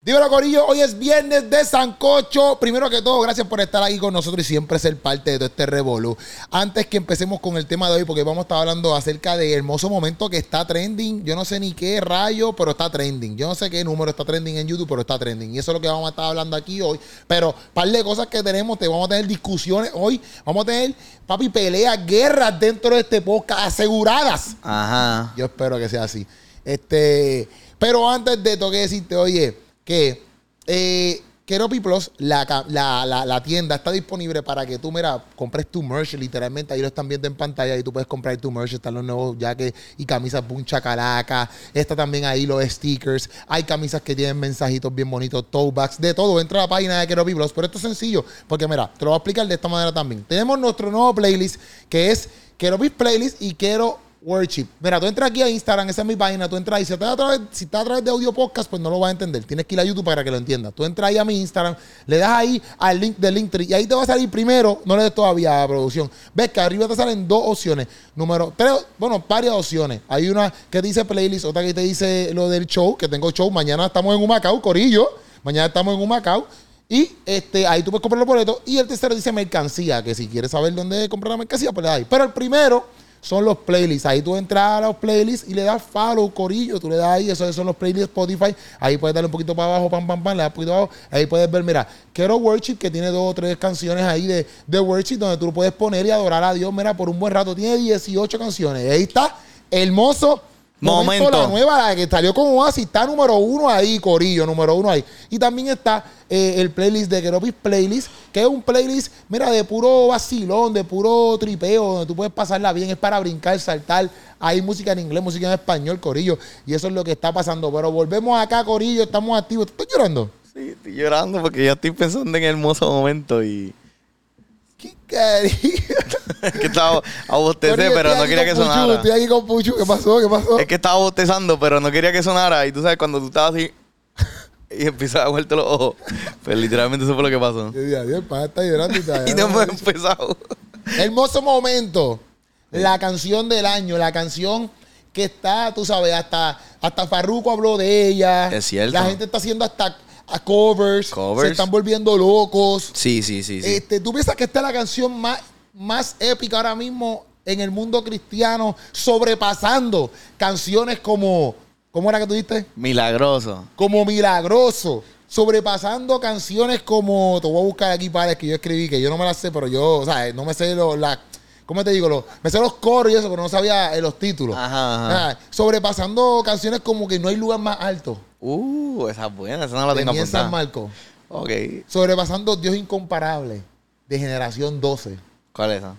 Dímelo, Corillo. Hoy es viernes de Sancocho. Primero que todo, gracias por estar ahí con nosotros y siempre ser parte de todo este revolú. Antes que empecemos con el tema de hoy, porque vamos a estar hablando acerca del hermoso momento que está trending. Yo no sé ni qué rayo, pero está trending. Yo no sé qué número está trending en YouTube, pero está trending. Y eso es lo que vamos a estar hablando aquí hoy. Pero, par de cosas que tenemos, te vamos a tener discusiones hoy. Vamos a tener, papi, peleas, guerras dentro de este podcast aseguradas. Ajá. Yo espero que sea así. Este, pero antes de esto, que decirte, oye, que eh, Keropi Plus, la, ca- la- la- la tienda está disponible para que tú, mira, compres tu merch, literalmente, ahí lo están viendo en pantalla, y tú puedes comprar tu merch, están los nuevos jackets y camisas puncha calaca, está también ahí los stickers, hay camisas que tienen mensajitos bien bonitos, tote bags, de todo, entra a la página de Keropi Plus, pero esto es sencillo, porque mira, te lo voy a explicar de esta manera también. Tenemos nuestro nuevo playlist, que es Keropi Playlist y Kero Worship. Mira, tú entras aquí a Instagram, esa es mi página, tú entras ahí. Si estás a través, si está a través de audio podcast, pues no lo vas a entender. Tienes que ir a YouTube para que lo entiendas. Tú entras ahí a mi Instagram, le das ahí al link del Linktree y ahí te va a salir primero, no le des todavía a producción. Ves que arriba te salen dos opciones. Número tres, bueno, varias opciones. Hay una que te dice playlist, otra que te dice lo del show, que tengo show. Mañana estamos en Humacao, Corillo. Mañana estamos en Humacao. Y este, ahí tú puedes comprar los boletos. Y el tercero dice mercancía, que si quieres saber dónde comprar la mercancía, pues le das ahí. Pero el primero son los playlists. Ahí tú entras a los playlists y le das follow, corillo. Tú le das ahí, esos son los playlists Spotify. Ahí puedes darle un poquito para abajo, pam, pam, pam, le das un poquito para abajo. Ahí puedes ver, mira, Quiero Worship, que tiene dos o tres canciones ahí de, de Worship, donde tú lo puedes poner y adorar a Dios, mira, por un buen rato. Tiene 18 canciones. Ahí está, hermoso. Momento. la nueva nueva, la que salió con Oasis, está número uno ahí, Corillo, número uno ahí. Y también está eh, el playlist de Keropis Playlist, que es un playlist, mira, de puro vacilón, de puro tripeo, donde tú puedes pasarla bien, es para brincar, saltar. Hay música en inglés, música en español, Corillo. Y eso es lo que está pasando. Pero volvemos acá, Corillo, estamos activos. ¿Tú estás llorando? Sí, estoy llorando porque ya estoy pensando en el hermoso momento y. ¿Qué cariño? que estaba a bostecé, Corillo, pero estoy no aquí quería que con Puchu, sonara. Estoy aquí con Puchu, ¿qué pasó? ¿Qué pasó? Es que estaba bostezando, pero no quería que sonara. Y tú sabes, cuando tú estabas así y empiezas a vuelto los ojos. Pues literalmente eso fue lo que pasó. Yo dije, "Adiós, el pana está llorando y está Y no hemos empezado. Hermoso momento. La canción del año, la canción que está, tú sabes, hasta, hasta Farruko habló de ella. Es cierto. La gente está haciendo hasta a covers, Covers. Se están volviendo locos. Sí, sí, sí, sí. Este, ¿Tú piensas que esta es la canción más, más épica ahora mismo en el mundo cristiano, sobrepasando canciones como, ¿cómo era que tú diste? Milagroso. como milagroso, sobrepasando canciones como, te voy a buscar aquí pares que yo escribí, que yo no me las sé, pero yo, o sea, no me sé los, la, ¿cómo te digo? Los- me sé los coros y eso, pero no sabía eh, los títulos. Ajá, ajá. Ah, sobrepasando canciones como que no hay lugar más alto. Uh, esa es buena, esa no la de tengo Mía en San apuntada. Marcos. Ok. Sobrepasando Dios incomparable de generación 12. ¿Cuál es esa?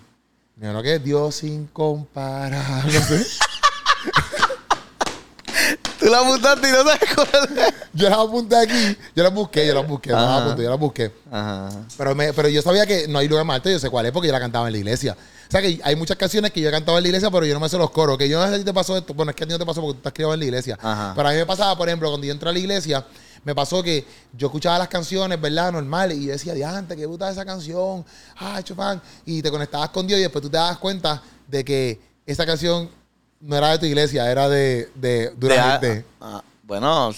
Mira, no que es Dios incomparable. No sé. Tú la apuntaste y no sabes cuál es. yo las apunté aquí, yo las busqué, yo las busqué, no las Ajá. apunté, yo las busqué. Ajá. Pero, me- pero yo sabía que no hay lugar más alto, yo sé cuál es, porque yo la cantaba en la iglesia. O sea que hay muchas canciones que yo he cantado en la iglesia, pero yo no me sé los coros. Que yo no sé si te pasó esto. Bueno, es que a ti no te pasó porque tú estás criado en la iglesia. Ajá. Pero a mí me pasaba, por ejemplo, cuando yo entré a la iglesia, me pasó que yo escuchaba las canciones, ¿verdad? Normal. Y yo decía, diante, qué puta esa canción. Ah, chupán. Y te conectabas con Dios y después tú te das cuenta de que esa canción no era de tu iglesia, era de, de, de una gente. Ah, bueno,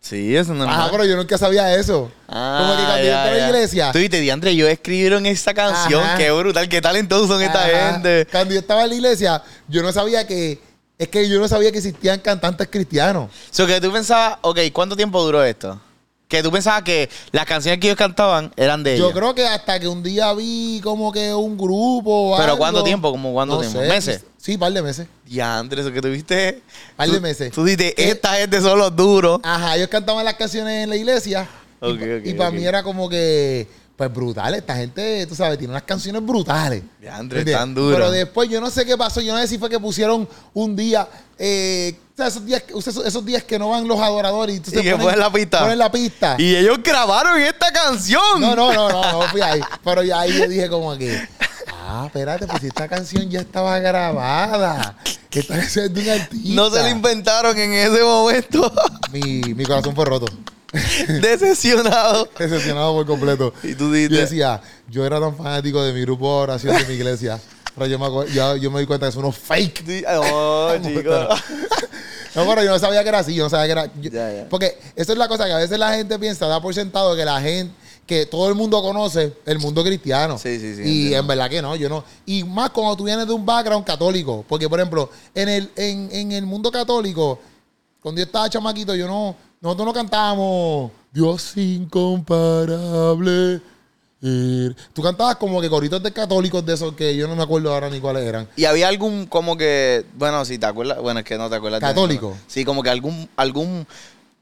sí, eso no es Ajá, malo. pero yo nunca sabía eso. Como que cuando yo Ah, ya, entré a la ya. iglesia. Tú dijiste, diantre, ellos escribieron esta canción. Ajá. Qué brutal, qué talentosos son esta Ajá. gente. Cuando yo estaba en la iglesia, yo no sabía que. Es que yo no sabía que existían cantantes cristianos. So que tú pensabas, ok, ¿cuánto tiempo duró esto? Que tú pensabas que las canciones que ellos cantaban eran de Yo ellos. creo que hasta que un día vi como que un grupo. o Pero algo. ¿cuánto tiempo? ¿Cómo cuánto tiempo? ¿Meses? Sí, par de meses. Diantre, eso que tuviste. Par tú- de meses. Eh, Tú dijiste, ¿Qué? esta gente son los duros. Ajá, ellos cantaban las canciones en la iglesia. Ok, y ok, para ok. mí era como que. Pues brutal, esta gente, tú sabes, tiene unas canciones brutales. Diantre, ¿Entiendes? tan duro. Pero después yo no sé qué pasó, yo no sé si fue que pusieron un día, eh, o sea, esos, días, esos, esos días que no van los adoradores y, tú Y que ponen la pista. Ponen la pista. Y ellos grabaron esta canción. No, no, no, no, no fui ahí. Pero ya ahí yo dije como que, ah, espérate, pues si esta canción ya estaba grabada. Que esta canción es de un artista. No se la inventaron en ese momento. mi, mi corazón fue roto. Decepcionado. Decepcionado por completo. Y tú Yo dijiste, decía, yo era tan fanático de mi grupo de oración de mi iglesia. Pero yo me, acu- ya- yo me di cuenta que son unos fake. Di- No, chicos. No, pero yo no sabía que era así, yo no sabía que era. yo- Ya, ya. Porque eso es la cosa que a veces la gente piensa, da por sentado que la gente, que todo el mundo conoce el mundo cristiano. Sí, sí, sí, Y entiendo. en verdad que no, yo no. Y más cuando tú vienes de un background católico. Porque, por ejemplo, en el, en, en el mundo católico, cuando yo estaba chamaquito, yo no. Nosotros no cantábamos Dios incomparable. Eh, Tú cantabas como que coritos de católicos de esos que yo no me acuerdo ahora ni cuáles eran. Y había algún como que, bueno, si te acuerdas, bueno, es que no te acuerdas. de Católico. ninguno. sí, como que algún algún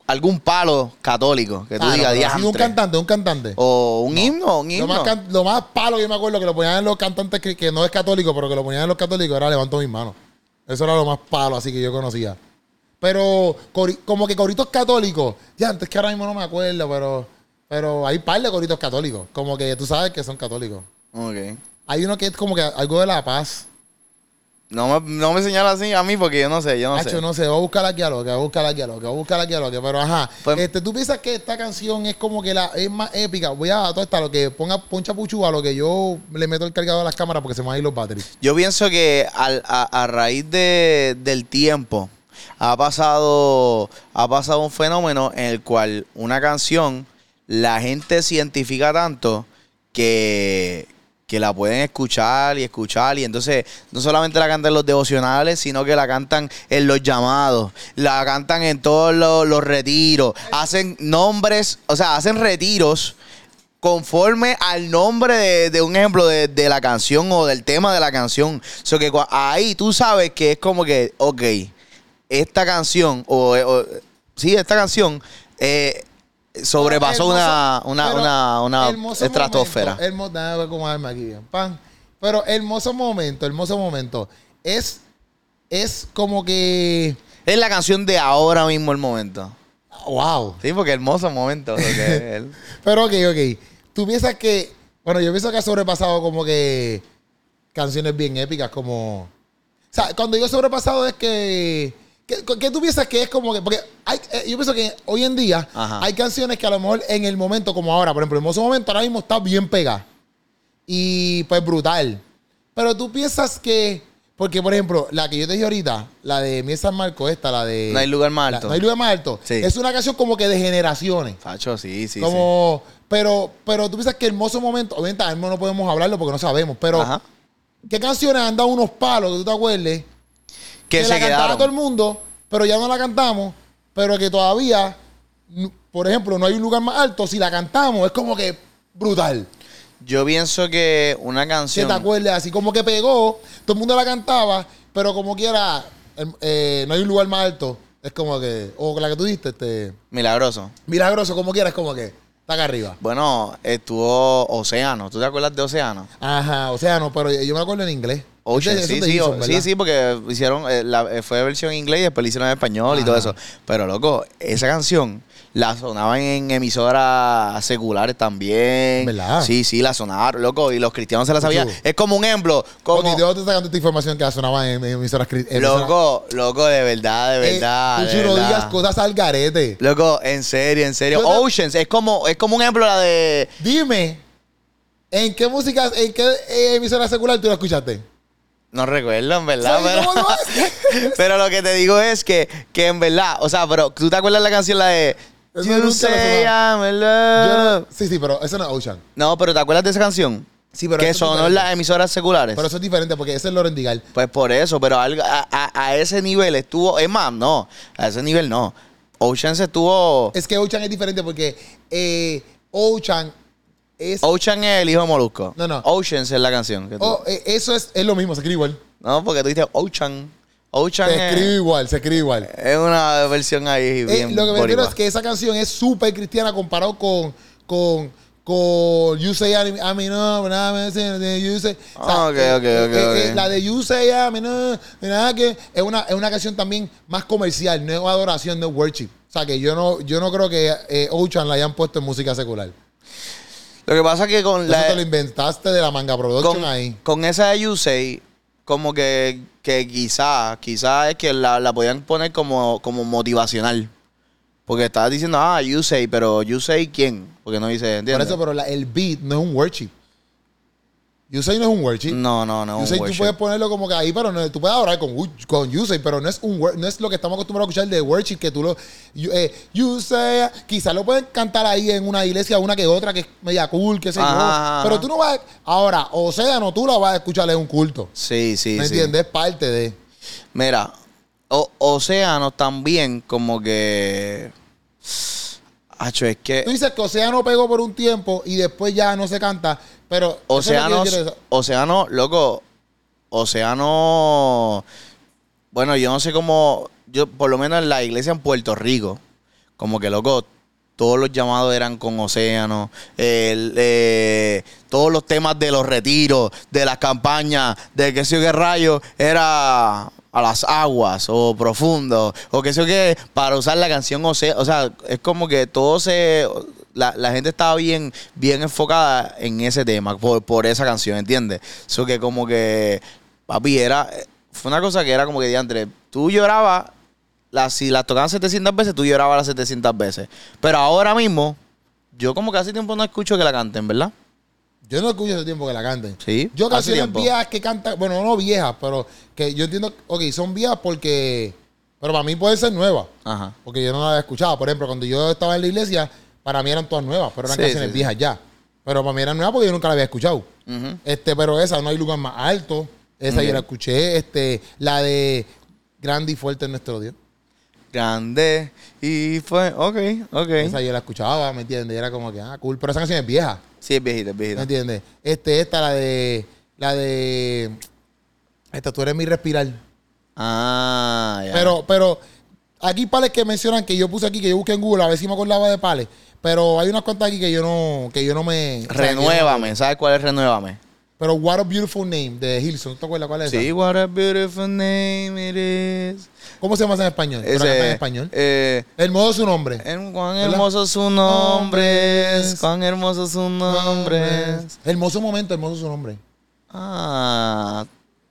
algún palo católico que tú Claro, digas, Ah, pero así diantre. un cantante, un cantante. o un himno, un Lo himno. más, can- lo más palo que yo me acuerdo que lo ponían en los cantantes que, que no es católico, pero que lo ponían en los católicos era levanto mis manos. Eso era lo más palo así que yo conocía. Pero cori- como que coritos católicos. Ya, antes que ahora mismo no me acuerdo, pero, pero hay par de coritos católicos. Como que tú sabes que son católicos. Ok. Hay uno que es como que algo de la paz. No me, no me señala así a mí porque yo no sé, yo no Hacho, sé. no sé, voy a buscar aquí a lo que, voy a buscar aquí a lo que, voy a buscar aquí a lo que, pero ajá. Pues- este, ¿Tú piensas que esta canción es como que la es más épica? Voy a todo esta, lo que ponga Poncha Puchu a lo que yo le meto el cargador a las cámaras porque se me van a ir los batteries. Yo pienso que al- a, a raíz de, del tiempo ha pasado, ha pasado un fenómeno en el cual una canción la gente se identifica tanto que, que la pueden escuchar y escuchar. Y entonces no solamente la cantan en los devocionales, sino que la cantan en los llamados, la cantan en todos los, los retiros, hacen nombres, o sea, hacen retiros conforme al nombre de, de un ejemplo de, de la canción o del tema de la canción. So que cua- ahí tú sabes que es como que, ok, esta canción, o, o- sí, esta canción eh, sobrepasó Pero una, hermoso- una, pero una, una hermoso estratosfera. momento, eh. hermo- déjame ver cómo arma aquí bien, pan. Pero hermoso momento, hermoso momento. Es, es como que. es la canción de ahora mismo el momento. ¡Wow! Sí, porque hermoso momento. lo que es él. Pero ok, ok. ¿Tú piensas que... Bueno, yo pienso que ha sobrepasado como que canciones bien épicas, como... O sea, cuando digo sobrepasado es que... ¿Qué, qué tú piensas que es como que...? Porque hay- eh, yo pienso que hoy en día Ajá. hay canciones que a lo mejor en el momento, como ahora, por ejemplo, en ese momento ahora mismo está bien pegada. Y pues brutal. Pero tú piensas que... Porque, por ejemplo, la que yo te dije ahorita, la de Mi San Marco, esta, la de... No hay lugar más la- alto. no hay lugar más alto. Sí. Es una canción como que de generaciones Facho, sí, sí, como, pero, pero tú piensas que hermoso momento, obviamente ahora mismo no podemos hablarlo porque no sabemos, sí. pero Ajá. ¿qué canciones han dado unos palos que tú te acuerdes? Que la se cantaba todo el quedaron. mundo, pero ya no la cantamos, pero que todavía, n- por ejemplo, no hay un lugar más alto, si la cantamos es como que brutal. Yo pienso que una Que canción. te acuerdes, así como que pegó, todo el mundo la cantaba, pero como quiera, em- eh, no hay un lugar más alto. Es como que, o la que tú diste, este, Milagroso. milagroso, como quiera, es como que, está acá arriba. Bueno, estuvo Océano. ¿Tú te acuerdas de Océano? Ajá, o sea, no, pero yo me acuerdo en inglés. Ocean, Eso sí, te sí, hizo, o- ¿verdad? sí, sí, porque hicieron, eh, la- eh, fue versión en inglés y después la hicieron en español y Ajá. todo eso. Pero loco, esa canción la sonaban en emisoras seculares también. ¿Verdad? Sí, sí, la sonaron, loco, y los cristianos se la sabían. Mucho. Es como un ejemplo, Oti, ¿de como, dónde te sacando esta información que sonaba en en emisoras cri- emisoras- loco, loco, de verdad, de Eh, verdad. de Puchu, no verdad. digas cosas al garete. Loco, en serio, en serio. Yo no- Oceans, es como, es como un ejemplo la de Dime, ¿en qué música, en qué eh, emisora secular tú la escuchaste? No recuerdo, en verdad. ¿Sabes cómo Pero, lo es? pero lo que te digo es que, que en verdad, o sea, pero tú te acuerdas la canción la de Eso You nunca say lo I'm Yo in love. no- sí, sí, pero eso no es Ocean. No, pero ¿te acuerdas de esa canción? Sí, pero que eso es sonó en diferente. las emisoras seculares. Pero eso es diferente porque ese es Loren Digal. Pues por eso, pero algo- a, a- a ese nivel estuvo. Es más, no. A ese nivel no. Oceans estuvo. Es que Ocean es diferente porque eh, Ocean es... Ocean es el hijo de Molusco. No, no. Oceans es la canción. que tú- oh, eh, eso es, es lo mismo, se escribe igual. No, porque tú dices Ocean. Ocean Se escribe es, igual, se escribe igual. es una versión ahí Eh, bien. lo que me refiero boricua. es que esa canción es súper cristiana comparado con, con, con You Say I'm, I'm in love, and I'm in love, You Say. Ah, ok, eh, ok, eh, ok, eh, ok. eh, La de You Say I'm in love, and I can- es una, es una canción también más comercial, no es adoración, no es worship. O sea que yo no, yo no creo que eh, Ocean la hayan puesto en música secular. Lo que pasa es que con Eso te lo la. inventaste de la manga production Con, ahí. con esa de Yusei, como que, que quizás, quizás es que la, la podían poner como, como motivacional. Porque estabas diciendo, ah, Yusei, pero Yusei quién? Porque no dice, Por pues, ¿entiendes? eso, pero la- el beat no es un worship. Usage no es un worksheet. No, no, no. es Usage un tú workshop. puedes ponerlo como que ahí, pero no, tú puedes hablar con, u- con Usage, pero no es un wor- no es lo que estamos acostumbrados a escuchar de worship, que tú lo... you- eh, Usage, quizás lo pueden cantar ahí en una iglesia, una que otra, que es media cool, que sé yo. Ajá, ajá, Pero ajá. tú no vas... Ahora, o sea, no, tú la vas a escuchar en un culto. Sí, sí, ¿Me sí. entiendes? Es parte de... Mira, o Océanos también como que... Hacho, es Tú que dices que Océano pegó por un tiempo y después ya no se canta, pero... eso es lo que yo Océanos, quiero decir. Océanos, loco, Océanos... Bueno, yo no sé cómo... Yo, por lo menos en la iglesia en Puerto Rico, como que, loco, todos los llamados eran con Océanos, el, eh, todos los temas de los retiros, de las campañas, de qué sé yo qué rayo, era a las aguas o profundo, o qué sé yo qué, para usar la canción Océanos. O sea, es como que todo se... La, la gente estaba bien, bien enfocada en ese tema, por, por esa canción, ¿entiendes? Eso que como que, papi, era... Fue una cosa que era como que, diantre, tú llorabas las- si las tocaban 700 veces, tú llorabas las 700 veces. Pero ahora mismo, yo como que hace tiempo no escucho que la canten, ¿verdad? Yo no escucho hace tiempo que la canten. Sí, Yo hace canciones tiempo. viejas que cantan, bueno, no viejas, pero que yo entiendo, ok, son viejas porque, pero para mí pueden ser nuevas, Ajá. porque yo no las había escuchado. Por ejemplo, cuando yo estaba en la iglesia, para mí eran todas nuevas, pero eran Sí, canciones sí, sí. viejas ya. Pero para mí eran nuevas porque yo nunca las había escuchado. Ujú. Este, pero esa, no hay lugar más alto. Esa yo Ok. la escuché, este, la de Grande y Fuerte es nuestro Dios. Grande y fue. Ok, ok. Esa yo la escuchaba, ¿me entiendes? Y era como que, ah, cool, pero esa canción es vieja. Sí, es viejita, es ¿Me viejita. entiendes? Este, esta, la de. La de. Esta, tú eres mi respirar. Ah, ya. Pero, pero. Aquí pales que mencionan que yo puse aquí, que yo busqué en Google, a ver si me acordaba de pales. Pero hay unas cuantas aquí que yo no, que yo no me. o sea, que yo no- Renuévame, ¿sabes cuál es Renuévame? pero What a Beautiful Name de Hilson, ¿tú te acuerdas cuál es? Sí, esa? what a beautiful name it is. ¿Cómo se llama esa en español? Pero acá está en español. Eh, Hermoso su nombre. en- cuán ¿Verdad? hermoso su nombre es, cuán hermoso su nombre es. Hermoso momento, hermoso su nombre. Ah,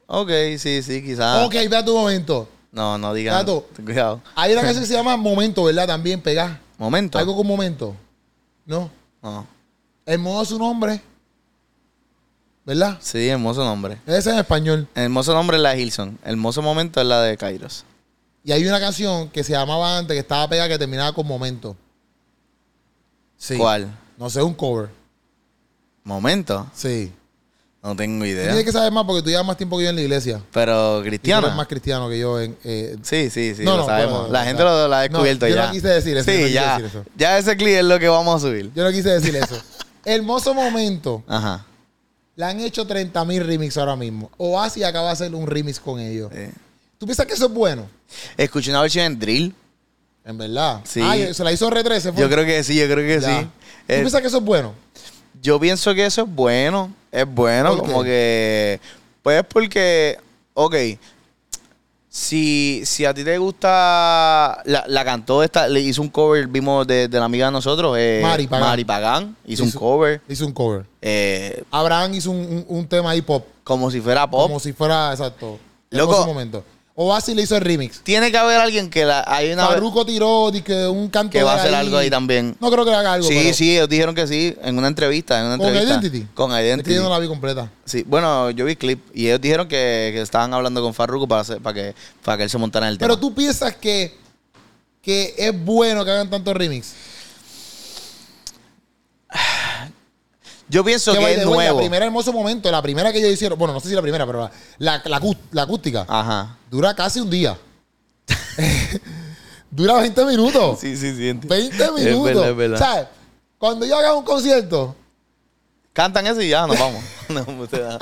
ok, sí, sí, quizás. Ok, vea tu momento. No, no digas. Tato. Cuidado. Hay una canción que se llama Momento, ¿verdad? También pegá. Momento. Algo con momento. ¿No? No. Hermoso su nombre. ¿Verdad? Sí, hermoso nombre. Esa en español. Hermoso nombre es la de Hilson. Hermoso momento es la de Kairos. Y hay una canción que se llamaba antes, que estaba pegada, que terminaba con momento. Sí. ¿Cuál? No sé, un cover. ¿Momento? Sí. No tengo Tú idea. tienes que saber más porque tú llevas más tiempo que yo en la iglesia. Pero Y tú eres cristiana. más cristiano que yo en. eh, Sí, sí, sí, No, lo no, sabemos. bueno, la no, gente no. lo, lo ha No, descubierto yo ya. no quise decir eso, Sí, yo no quise ya. decir eso. Ya ese clip es lo que vamos a subir. yo no quise decir eso. Hermoso momento. Ajá. Le han hecho 30.000 mil remix ahora mismo. Oasis acaba de hacer un remix con ellos. Sí. ¿Tú piensas que eso es bueno? Escuché una versión en drill. En verdad. Sí. Ah, se la hizo R13. Yo creo que sí, yo creo que sí. ¿Tú Eh, piensas que eso es bueno? Yo pienso que eso es bueno. Es bueno, ¿Por como que. Pues porque. Ok. Si, si a ti te gusta. La, la cantó esta. Le hizo un cover, vimos de, de la amiga de nosotros. eh, Mari Pagán. Pagán Hizo, Hizo- un cover. Hizo un cover. eh, Abraham hizo un, un- un tema hip hop. como si fuera pop. Como si fuera, exacto. Loco. Loco. momento. Oasis le hizo el remix. Tiene que haber alguien que la. Hay una. Farruko tiró di que un canto. que va a de hacer algo ahí también. No creo que haga algo. sí, pero sí, ellos dijeron que sí. En una entrevista. En una ¿Con entrevista. Identity? Con Es que Identity. yo no la vi completa. Sí, bueno, yo vi clip y ellos dijeron que, que estaban hablando con Farruko para, hacer- para, que, para que él se montara en el tema. Pero tú piensas que, que es bueno que hagan tantos remix. Yo pienso que, by es the way, nuevo. La primera hermoso momento, la primera que ellos hicieron, bueno, no sé si la primera, pero la, la- la acú- la Ah. acústica, Ajá. dura casi un día. dura 20 minutos. Sí, sí, sí. 20 minutos. Es verdad, es verdad. ¿Sabes? Cuando yo haga un concierto, Cantan eso y ya, nos vamos. no, embuste, no.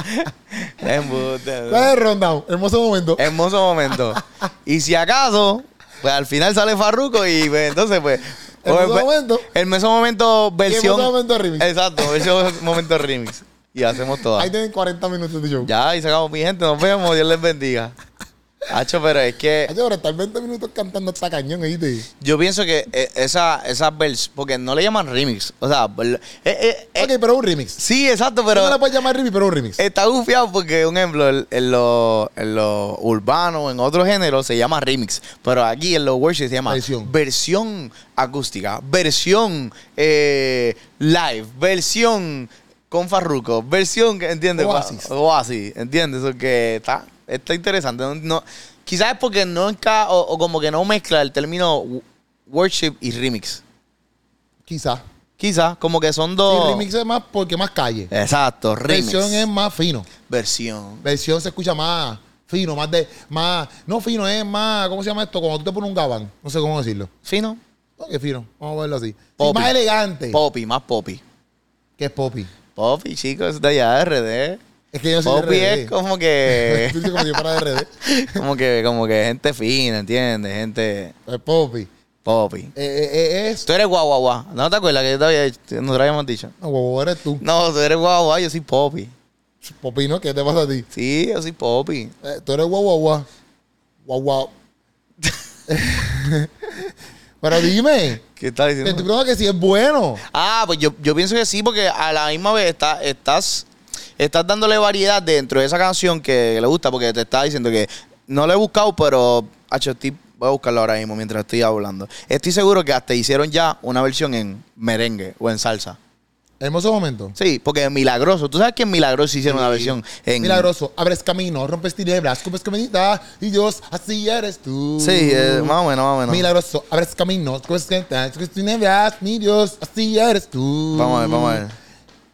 Embuste, ¿cuál no. es el rundown? Hermoso momento. Hermoso momento. Y si acaso, pues al final sale Farruko y pues, entonces pues... Hermoso pues, momento. Hermoso momento versión... Hermoso momento remix. Exacto, versión momento remix. Y hacemos todo. Ahí tienen 40 minutos de show. Ya, y sacamos mi gente, nos vemos, Dios les bendiga. Hacho, pero es que... Ay, pero estar 20 minutos cantando esta cañón, ¿oíste? Yo pienso que eh, esa, esas vers... Porque no le llaman remix. O sea, eh, eh, eh, Ok, pero un remix. sí, exacto, Pero, pero... Eh. no la puedes llamar remix, pero un remix. Está gufiado porque, un ejemplo, en, en lo, en lo urbano, en otro género, se llama remix. Pero aquí en los worship se llama Versión. versión acústica, versión eh, live, versión con Farruko. Versión, que- ¿entiendes? Oasis. O así, ¿entiendes? Porque está, está interesante. No, no- quizás es porque no enca o, o como que no mezcla el término wo- worship y remix. Quizás. Quizás, como que son Y dos. remix es más porque más calle. Exacto, Eh, remix. Versión es más fino. Versión. Versión se escucha más fino, más de. más No fino, es más. ¿Cómo se llama esto? Cuando tú te pones un gabán. No sé cómo decirlo. Fino. No, que fino. Vamos a verlo así. Sí, Poppy. más elegante Poppy, más poppy. que es Poppy. Poppy, chicos, es de allá de RD. Es que yo soy Poppy de es RD. como que. Tú dices como si yo fuera de RD. como que, como que gente fina, ¿entiendes? Gente Es Poppy. Eh, popi. eh, eh, es. Tú eres guau, guau. ¿No te acuerdas que yo te había dicho- nos habíamos dicho? No, bobo, eres tú. No, tú eres guau, guau, yo soy popi. Poppy, ¿no? ¿Qué te pasa a ti? Sí, yo soy popi. Eh, tú eres guau, guau, guau. Guau, guau. Pero dime. ¿Qué estás Te estoy diciendo? preguntando que si es bueno. Ah, pues yo, yo pienso que sí, porque a la misma vez está- estás, estás dándole variedad dentro de esa canción que le gusta, porque te está diciendo que no la he buscado, pero hacho, estoy- voy a buscarla ahora mismo mientras estoy hablando. Estoy seguro que hasta hicieron ya una versión en merengue o en salsa. Hermoso momento. Sí, porque en Milagroso. Tú sabes que en Milagroso hicieron una versión en. Milagroso, abres camino, rompes tinieblas, cubres caminita, y Dios, así eres tú. Sí, eh, más o menos, más o menos. Milagroso, abres camino, cubres caminita, cubres tinieblas, mi Dios, así eres tú. Vamos a ver, vamos a ver.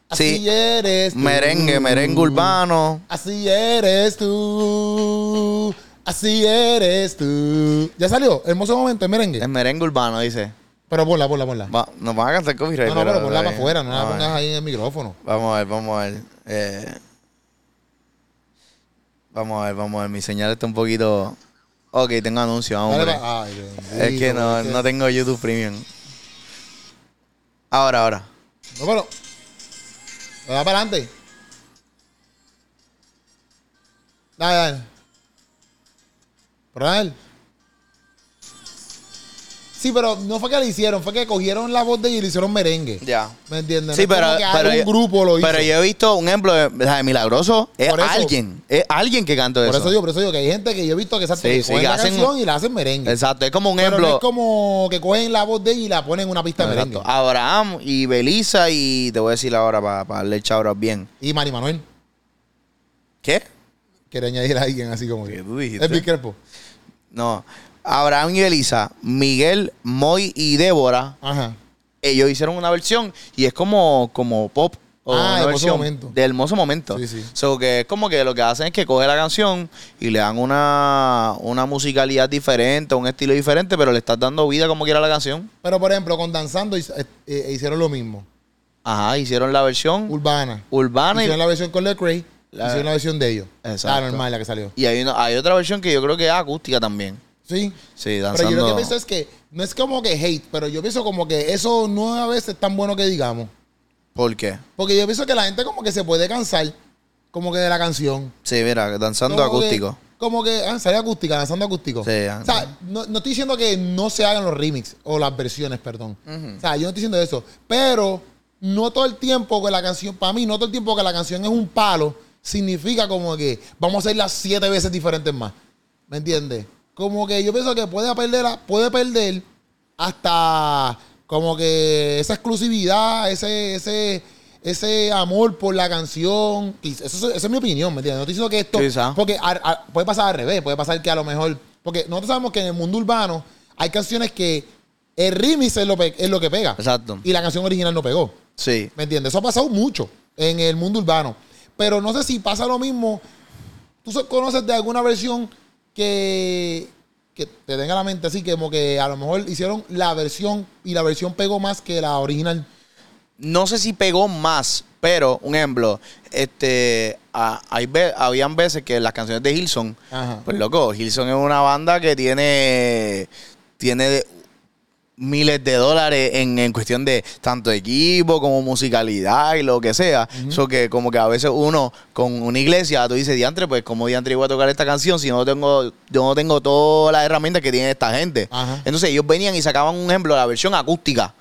Así Sí. eres tú. Merengue, merengue urbano. Así eres tú. Así eres tú. Ya salió, hermoso momento en merengue. Es merengue urbano, dice. Pero ponla, ponla, ponla. No, Va- nos van a cantar copyright. no, pero ponla está para bien. afuera, no la Vamos a ver. pongas ahí en el micrófono. Vamos a ver, vamos a ver. eh. vamos a ver, vamos a ver. Mi señal está un poquito. Ok, tengo anuncio, Dale hombre. pa- Ay, bendito, es que no, es que- no tengo YouTube Premium. Ahora, ahora. No, pero. Le da para adelante. Dale, dale. Pero dale. Sí, pero no fue que le hicieron, fue que cogieron la voz de ella y le hicieron merengue. Ya. ¿Me entiendes? Sí, No es pero, como que pero algún yo- grupo lo hizo. pero yo he visto un ejemplo de, de milagroso. Es Por eso. alguien. Es alguien que cantó por eso. eso digo, por eso digo que hay gente que yo he visto que salta Sí, que sí, cogen que la hacen- canción y la hacen merengue. Exacto. Es como un Pero no ejemplo. es como que cogen la voz de ella y la ponen en una pista de Exacto. merengue. Abraham y Belisa y te voy a decir ahora para darle chabros bien. Y Mari Manuel ¿Qué? quiere añadir a alguien así como ¿Qué que. tú dijiste? Es Big Crepo. No. Abraham y Belisa, Miguel, Moy y Débora, Ajá. ellos hicieron una versión y es como, como pop. O Ah, una Hermoso versión Momento. De hermoso momento. Sí, sí. So que es como que lo que hacen es que coge la canción y le dan una, una musicalidad diferente, un estilo diferente, pero le estás dando vida como quiera a la canción. Pero por ejemplo, con Danzando hiz- eh, eh, hicieron lo mismo. Ajá, hicieron la versión Urbana. urbana y Hicieron la versión con Lecrae. La- Hicieron la versión de ellos. Exacto. La normal, la que salió. Y hay, una- hay otra versión que yo creo que es acústica también. Sí. Sí, Pero danzando. yo lo que pienso es que no es como que hate, pero yo pienso como que eso no es a veces tan bueno que digamos. ¿Por qué? Porque yo pienso que la gente como que se puede cansar como que de la canción. Sí, mira, danzando Como que- acústico. como que ah, sale acústica, danzando acústico. Sí, ah. o sea, no, no estoy diciendo que no se hagan los remix o las versiones, perdón. O sea, yo no estoy diciendo eso. Pero no todo el tiempo que la canción, para mí, no todo el tiempo que la canción es un palo, significa como que vamos a hacerla siete veces diferentes más. ¿Me entiendes? Como que yo pienso que puede perder, a- puede perder hasta como que esa exclusividad, ese, ese, ese amor por la canción. Y Eso, es- esa es mi opinión, ¿me entiendes? No estoy diciendo que esto. Quizá. Porque a- a- puede pasar al revés, puede pasar que a lo mejor. Porque nosotros sabemos que en el mundo urbano hay canciones que el remix es lo, pe- es lo que pega. Exacto. Y la canción original no pegó. Sí. ¿Me entiendes? Eso ha pasado mucho en el mundo urbano. Pero no sé si pasa lo mismo. ¿Tú so- conoces de alguna versión que, que te tenga la mente así, que como que a lo mejor hicieron la versión y la versión pegó más que la original? No sé si pegó más, pero un ejemplo, este, a- hay ve- habían veces que las canciones de Hilson, Ajá. pues loco, Hilson es una banda que tiene, tiene miles de dólares en, en cuestión de tanto equipo como musicalidad y lo que sea. So que como que a veces uno con una iglesia, tú dices, diantre, pues como diantre voy a tocar esta canción si no tengo, yo no tengo todas las herramientas que tiene esta gente. Ajá. Entonces ellos venían y sacaban un ejemplo de la versión acústica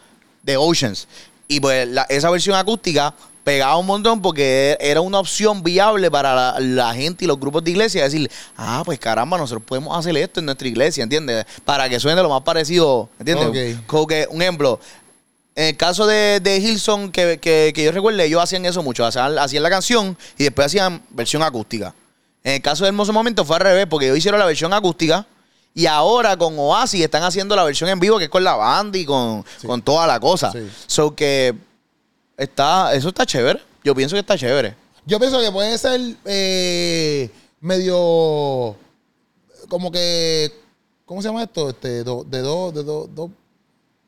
de Oceans. Y pues la- esa versión acústica pegaba un montón porque e- era una opción viable para la, la gente y los grupos de iglesia. Decir, ah, pues caramba, nosotros podemos hacer esto en nuestra iglesia, ¿entiendes? Para que suene lo más parecido, ¿entiendes? Ok. Como que, un ejemplo, En el caso de, de Hilson, que, que- que yo recuerde, ellos hacían eso mucho. Hacían, hacían la canción y después hacían versión acústica. En el caso de Hermoso Momento fue al revés, porque ellos hicieron la versión acústica y ahora con Oasis están haciendo la versión en vivo, que es con la banda y con, Sí. con toda la cosa. Sí. So que está, eso está chévere. Yo pienso que está chévere. Yo pienso que puede ser eh, medio. Como que. ¿Cómo se llama esto? Este, do- de dos. De dos. dos-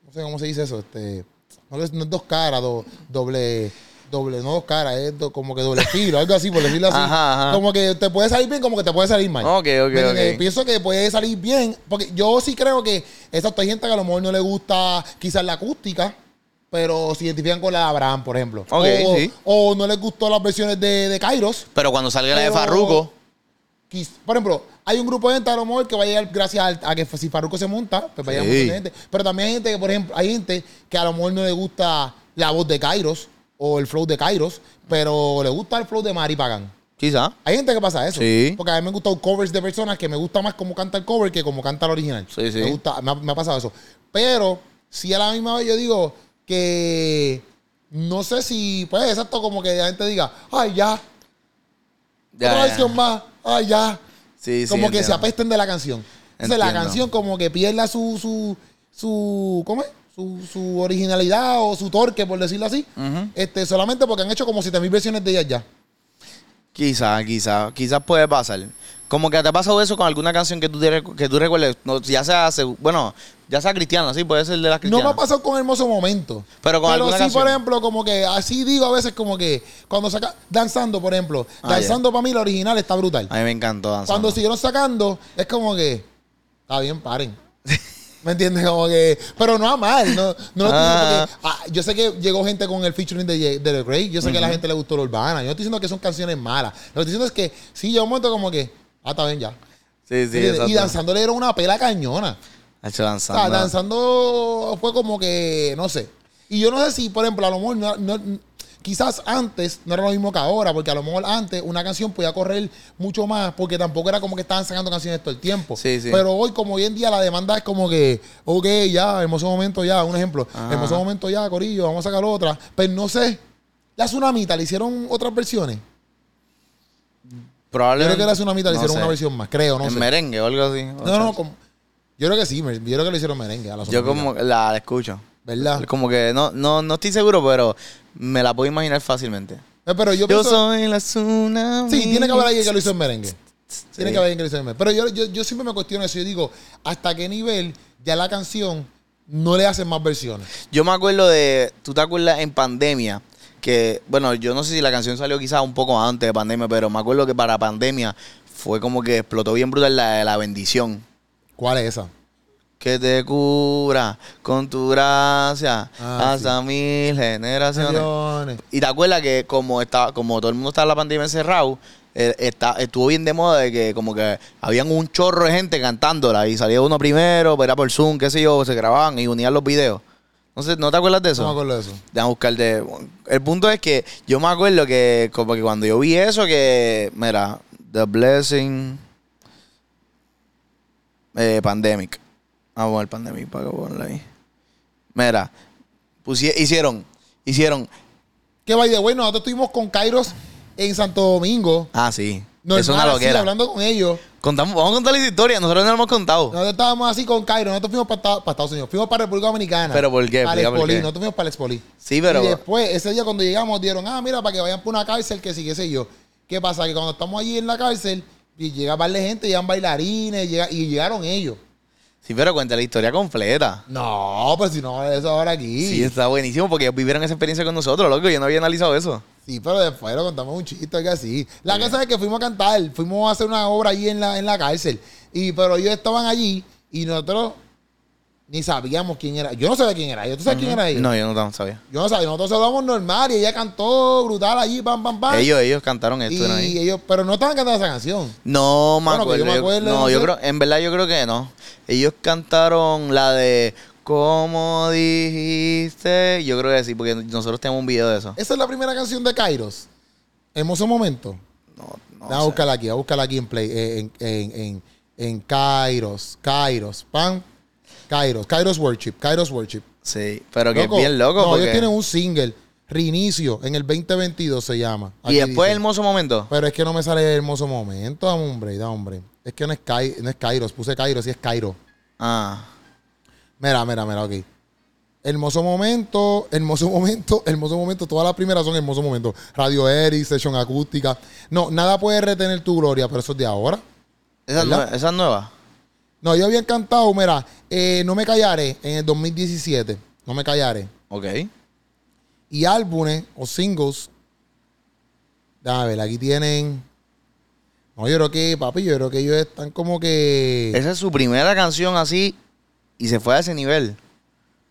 no sé cómo se dice eso. Este, no, es, no es dos caras, do- doble. Doble, no dos caras, es do- como que doble filo, algo así, por decirlo así. Ajá, ajá. Como que te puede salir bien, como que te puede salir mal. Ok, ok, ¿Me entiendes? ok. Pienso que puede salir bien, porque yo sí creo que exacto, hay gente que a lo mejor no le gusta quizás la acústica, pero se identifican con la de Abraham, por ejemplo. Ok, o, sí. o no les gustó las versiones de, de Kairos. Pero cuando salga la de Pero- Farruko, Quis- Por ejemplo, hay un grupo de gente a lo mejor que va a llegar gracias al- a, que si Farruko se monta, pues va a llegar Sí. mucha gente. Pero también hay gente que, por ejemplo, hay gente que a lo mejor no le gusta la voz de Kairos o el flow de Kairos, pero le gusta el flow de Mari Pagan. quizá. Hay gente que pasa eso. Sí. Porque a mí me han gustado covers de personas que me gusta más cómo canta el cover que cómo canta el original. Sí, sí. Me, gusta, me, ha, me ha pasado eso. Pero, si a la misma vez yo digo que no sé si, pues exacto, como que la gente diga, ay, ya, Ya, otra ya. versión más, ay, ya. Sí, sí, como que se entiendo. apesten de la canción. Entonces la Entiendo. canción como que pierda su, su, su, ¿cómo es? Su, su originalidad o su torque, por decirlo así. Ujú. este, solamente porque han hecho como 7000 versiones de ellas ya. Quizá, quizá, quizás puede pasar. Como que te ha pasado eso con alguna canción que tú, te recu- que tú recuerdes, no, ya sea, se- bueno, ya sea cristiana, sí, puede ser de las No cristianas. me ha pasado con hermoso momento. Pero con alguna sí, canción. por ejemplo, como que así digo a veces como que cuando saca danzando, por ejemplo, Ah, danzando para mí la original está brutal. A mí me encantó danzando. Cuando siguieron sacando es como que está bien, paren. ¿Me entiendes? Como que, pero no a mal, no, no lo estoy diciendo Ah. porque, ah, yo sé que llegó gente con el featuring de, Ye- de The Grey, yo sé que a la gente le gustó la urbana, yo no estoy diciendo que son canciones malas, lo que estoy diciendo es que sí, yo un momento como que, ah, está bien ya. Sí, ¿Me sí, entiendes? exacto. y Ah, danzando le dieron una pela cañona. Ha hecho O sea, danzando. danzando fue como que, no sé. Y yo no sé si, por ejemplo, a lo mejor, no- no- quizás antes no era lo mismo que ahora, porque a lo mejor antes una canción podía correr mucho más, porque tampoco era como que estaban sacando canciones todo el tiempo. Sí, sí. Pero hoy, como hoy en día, la demanda es como que, ok, ya, hermoso momento ya, un ejemplo, Ajá. hermoso momento ya, Corillo, vamos a sacar otra. Pero no sé, la Tsunamita le hicieron otras versiones. Yo Probablemente. creo que la Tsunamita le no hicieron sé. una versión más, creo, no en sé. merengue o algo así. No, no, como- yo creo que sí, me- yo creo que le hicieron merengue a la Yo Tsunamita, como que la, la escucho. ¿Verdad? Como que no, no, no estoy seguro, pero me la puedo imaginar fácilmente. Eh, Pero yo, Yo, pienso- soy la tsunami. Sí, tiene que haber alguien que lo hizo en merengue. Tiene Mm. Sí. que haber alguien que lo hizo en merengue. Pero yo, yo, yo siempre me cuestiono eso. Yo digo, ¿hasta qué nivel ya la canción no le hacen más versiones? Yo me acuerdo de, ¿tú te acuerdas en pandemia? Que, bueno, yo no sé si la canción salió quizás un poco antes de pandemia, pero me acuerdo que para pandemia fue como que explotó bien brutal la de la bendición. ¿Cuál es esa? Que te cura con tu gracia Ah, hasta mil generaciones. Canciones. Y te acuerdas que como estaba, como todo el mundo estaba en la pandemia encerrado, eh, está, estuvo bien de moda de que como que habían un chorro de gente cantándola y salía uno primero, pero era por Zoom, qué sé yo, se grababan y unían los videos. No sé, ¿no te acuerdas de eso? No me acuerdo de eso. Déjame buscar de. El punto es que yo me acuerdo que, como que cuando yo vi eso, que. Mira, The Blessing. eh, pandemic. Vamos a ver Pandemic para que ponla ahí. Mira, pusie- hicieron. Hicieron. Que by the way, nosotros estuvimos con Kairos en Santo Domingo. Ah, sí. Normal, es una así, loquera. hablando con ellos. Contamos, vamos a contar la historia. Nosotros no la hemos contado. Nosotros estábamos así con Kairos. Nosotros fuimos para, Esta- para Estados Unidos. Fuimos para República Dominicana. ¿Pero por qué? Para el Explica por Expolí. qué. Nosotros fuimos para el Expolí. sí, pero. Y después, ese día cuando llegamos, dieron, ah, mira, para que vayan por una cárcel, que sí, qué sé yo. ¿Qué pasa? Que cuando estamos allí en la cárcel, y llega par de gente, llegan bailarines, llega- y llegaron ellos. Sí, pero cuenta la historia completa. No, pues si no, eso ahora aquí. Sí, está buenísimo porque ellos vivieron esa experiencia con nosotros, loco. Yo no había analizado eso. Sí, pero después lo contamos un chiste algo así. La cosa es que fuimos a cantar, fuimos a hacer una obra allí en la, en la cárcel. Y, pero ellos estaban allí y nosotros ni sabíamos quién era. Yo no sabía quién era ellos. ¿Tú sabes quién era ellos? No, yo no tan- sabía. Yo no sabía. Nosotros saludamos normal y ella cantó brutal allí, pam, pam, pam. Ellos, ellos cantaron esto. ¿no? Ah. y ellos, pero no estaban cantando esa canción. No me Bueno, que yo acuerdo. me yo- acuerde, no, no yo sé. creo, en verdad yo creo que no. Ellos cantaron la de ¿Cómo dijiste? Yo creo que sí, porque nosotros tenemos un video de eso. Esa es la primera canción de Kairos. Hermoso momento. No, no Vamos a sé. buscarla aquí, a buscarla aquí en Play. eh, En, en, en, en Kairos, Kairos, pan. Kairos, Kairos Worship, Kairos Worship. Sí, pero que Loco, es bien loco. No, porque... ellos tienen un single, Reinicio, en el 2022 se llama. y Aquí después dice. hermoso momento. Pero es que no me sale el hermoso momento, dame hombre, da hombre. Es que no es, Kai- no es Kairos, puse Kairos y es Cairo. Ah. Mira, mira, mira, ok. Hermoso momento, hermoso momento, hermoso momento. Todas las primeras son hermoso momento. Radio Eric, sesión acústica. No, nada puede retener tu gloria, pero eso es de ahora. Esa es ¿Verdad? nue- esa es nueva. No, yo había cantado, mira, eh, No me callaré en el 2017. No me callaré. Ok. Y álbumes o singles. Déjame ver, aquí tienen. No, yo creo que, papi, yo creo que ellos están como que. Esa es su primera canción así y se fue a ese nivel.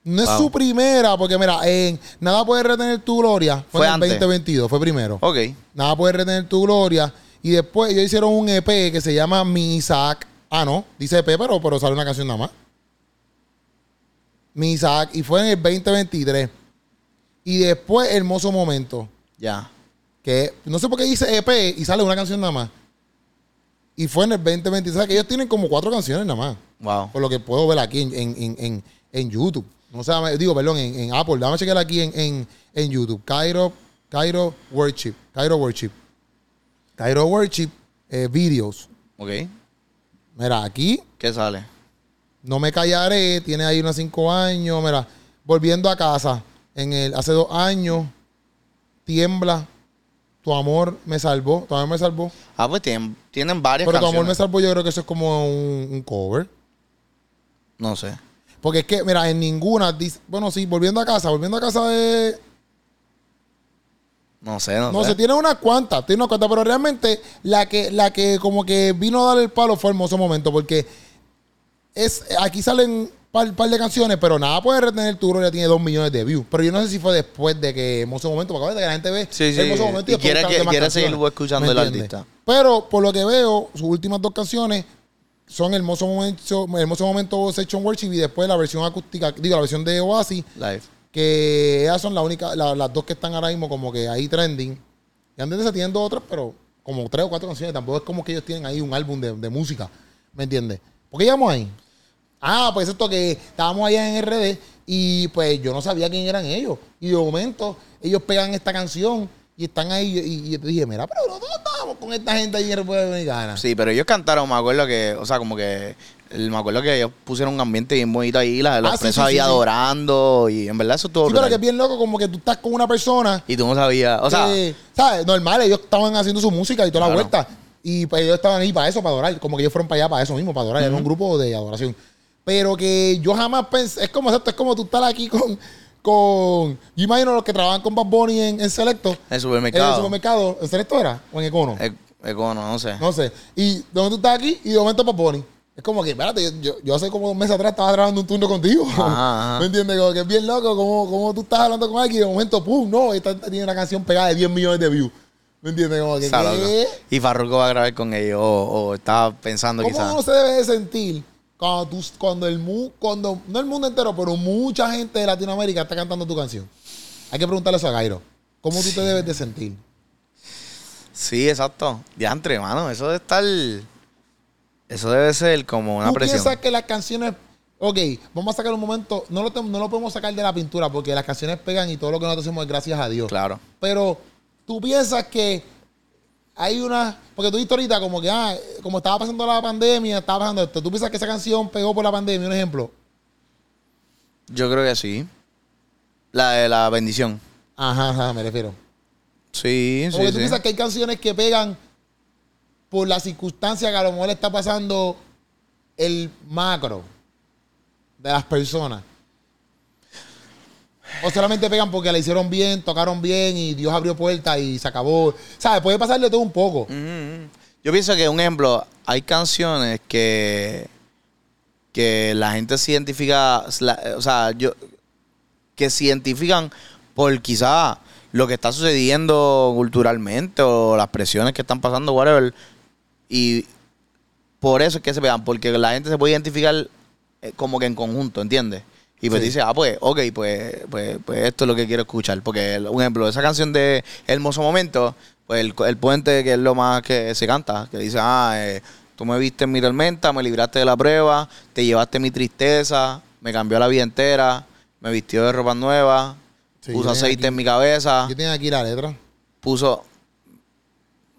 No es Wow. su primera, porque mira, en Nada puede retener tu gloria. Fue, Fue en el antes. 2022, fue primero. Ok. Nada puede retener tu gloria. Y después ellos hicieron un EP que se llama Mi Isaac. Ah, no, dice EP, pero, pero sale una canción nada más. Mi Isaac. Y fue en el 2023. Y después Hermoso Momento. Ya. Que no sé por qué dice EP y sale una canción nada más. Y fue en el 2023. O sea, que ellos tienen como cuatro canciones nada más. Wow. Por lo que puedo ver aquí en, en- en- en- en YouTube. No sé, dame- digo, perdón, en, en Apple. Dame a chequear aquí en, en- en YouTube. Cairo, Cairo Worship. Cairo Worship. Cairo Worship eh, Videos. Ok. Mira, aquí ¿Qué sale? no me callaré. Tiene ahí unos cinco años. Mira, volviendo a casa. En el, hace dos años. Tiembla. Tu amor me salvó. Tu amor me salvó. Ah, pues tienen, tienen varias Pero tu amor me canciones. salvó. Yo creo que eso es como un- un cover. No sé. Porque es que, mira, en ninguna. dice- Bueno, sí, volviendo a casa, volviendo a casa de. No sé, no, No sé. sé, tiene unas cuantas, tiene unas cuantas, pero realmente la que, la que como que vino a dar el palo fue hermoso momento, porque es, aquí salen un par, par de canciones, pero nada puede retener tu gloria, tiene dos millones de views. Pero yo no sé si fue después de que hermoso momento, porque acuérdate que la gente ve Sí, sí, hermoso momento y después quiere buscan que- demás quiere canciones, seguir escuchando ¿me al entiendes? artista. Pero por lo que veo, sus últimas dos canciones son hermoso momento, hermoso momento Section Worship y después la versión acústica, digo, la versión de Oasis Live. que ellas son la única, la- las dos que están ahora mismo como que ahí trending. Y antes de esas tienen dos otras, pero como tres o cuatro canciones. Tampoco es como que ellos tienen ahí un álbum de, de música. ¿Me entiendes? ¿Por qué llegamos ahí? Ah, pues esto que estábamos allá en RD y pues yo no sabía quién eran ellos. Y de momento ellos pegan esta canción y están ahí. Y, y yo te dije, mira, pero nosotros estábamos con esta gente ahí en República Dominicana. Sí, pero ellos cantaron, me acuerdo que, o sea, como que, el- me acuerdo que ellos pusieron un ambiente bien bonito ahí, la, los Ah, sí, presos sí, ahí sí, sí. adorando, y en verdad eso estuvo Sí, pero que brutal. es bien loco como que tú estás con una persona Y tú no sabías, o sea, que, ¿sabes? Normal, ellos estaban haciendo su música y toda la Claro. vuelta. Y pues, ellos estaban ahí para eso, para adorar. Como que ellos fueron para allá para eso mismo, para adorar. Era un grupo de adoración. Pero que yo jamás pensé. Es como, exacto, es como tú estar aquí con. con yo imagino los que trabajan con Bad Bunny en, en Selecto. en el En el supermercado, supermercado. ¿En Selecto era? ¿O en Econo? E- Econo, no sé. No sé. Y de momento tú estás aquí y de momento Bad Bunny. Es como que, espérate, yo, yo- yo hace como dos meses atrás estaba trabajando un turno contigo. Ajá, ajá. ¿Me entiendes? Como que es bien loco, como, como tú estás hablando con alguien y de momento, pum, no, esta esta tiene una canción pegada de 10 millones de views. ¿Me entiendes? Como que, Está loco. ¿qué? Y Farruko va a grabar con ellos, o, o estaba pensando ¿Cómo quizás. uno se debe de sentir cuando, tú, cuando el mundo, cuando, no el mundo entero, pero mucha gente de Latinoamérica está cantando tu canción? Hay que preguntarle eso a Gairo. ¿Cómo tú te debes de sentir? Sí, exacto. Diantre, mano, eso de estar, eso debe ser como una ¿Tú presión. piensas que las canciones... Ok, vamos a sacar un momento... No lo, tem- no lo podemos sacar de la pintura porque las canciones pegan y todo lo que nosotros hacemos es gracias a Dios. Claro. Pero tú piensas que hay una... Porque tú dijiste ahorita como que, ah, como estaba pasando la pandemia, estaba pasando esto. ¿Tú piensas que esa canción pegó por la pandemia? Un ejemplo. Yo creo que sí. La de la bendición. Ajá, ajá, me refiero. Sí, Porque sí, tú sí. piensas que hay canciones que pegan por la circunstancia que a lo mejor está pasando el macro de las personas. O solamente pegan porque la hicieron bien, tocaron bien y Dios abrió puertas y se acabó. ¿Sabes? Puede pasarle todo un poco. Ujú. Mm-hmm. Yo pienso que, un ejemplo, hay canciones que, que la gente se identifica, la- o sea, yo, que se identifican por quizá lo que está sucediendo culturalmente o las presiones que están pasando, whatever. Y por eso es que se pegan, porque la gente se puede identificar eh, como que en conjunto, ¿entiendes? Y pues Sí. dice, ah, pues, ok, pues, pues, pues esto es lo que quiero escuchar. Porque, el- un ejemplo, esa canción de Hermoso Momento, pues el, el puente que es lo más que se canta, que dice, ah, eh, tú me viste en mi tormenta, me libraste de la prueba, te llevaste mi tristeza, me cambió la vida entera, me vistió de ropa nueva, Sí, puso yo tenía aceite aquí- en mi cabeza, Yo tenía aquí la letra. puso,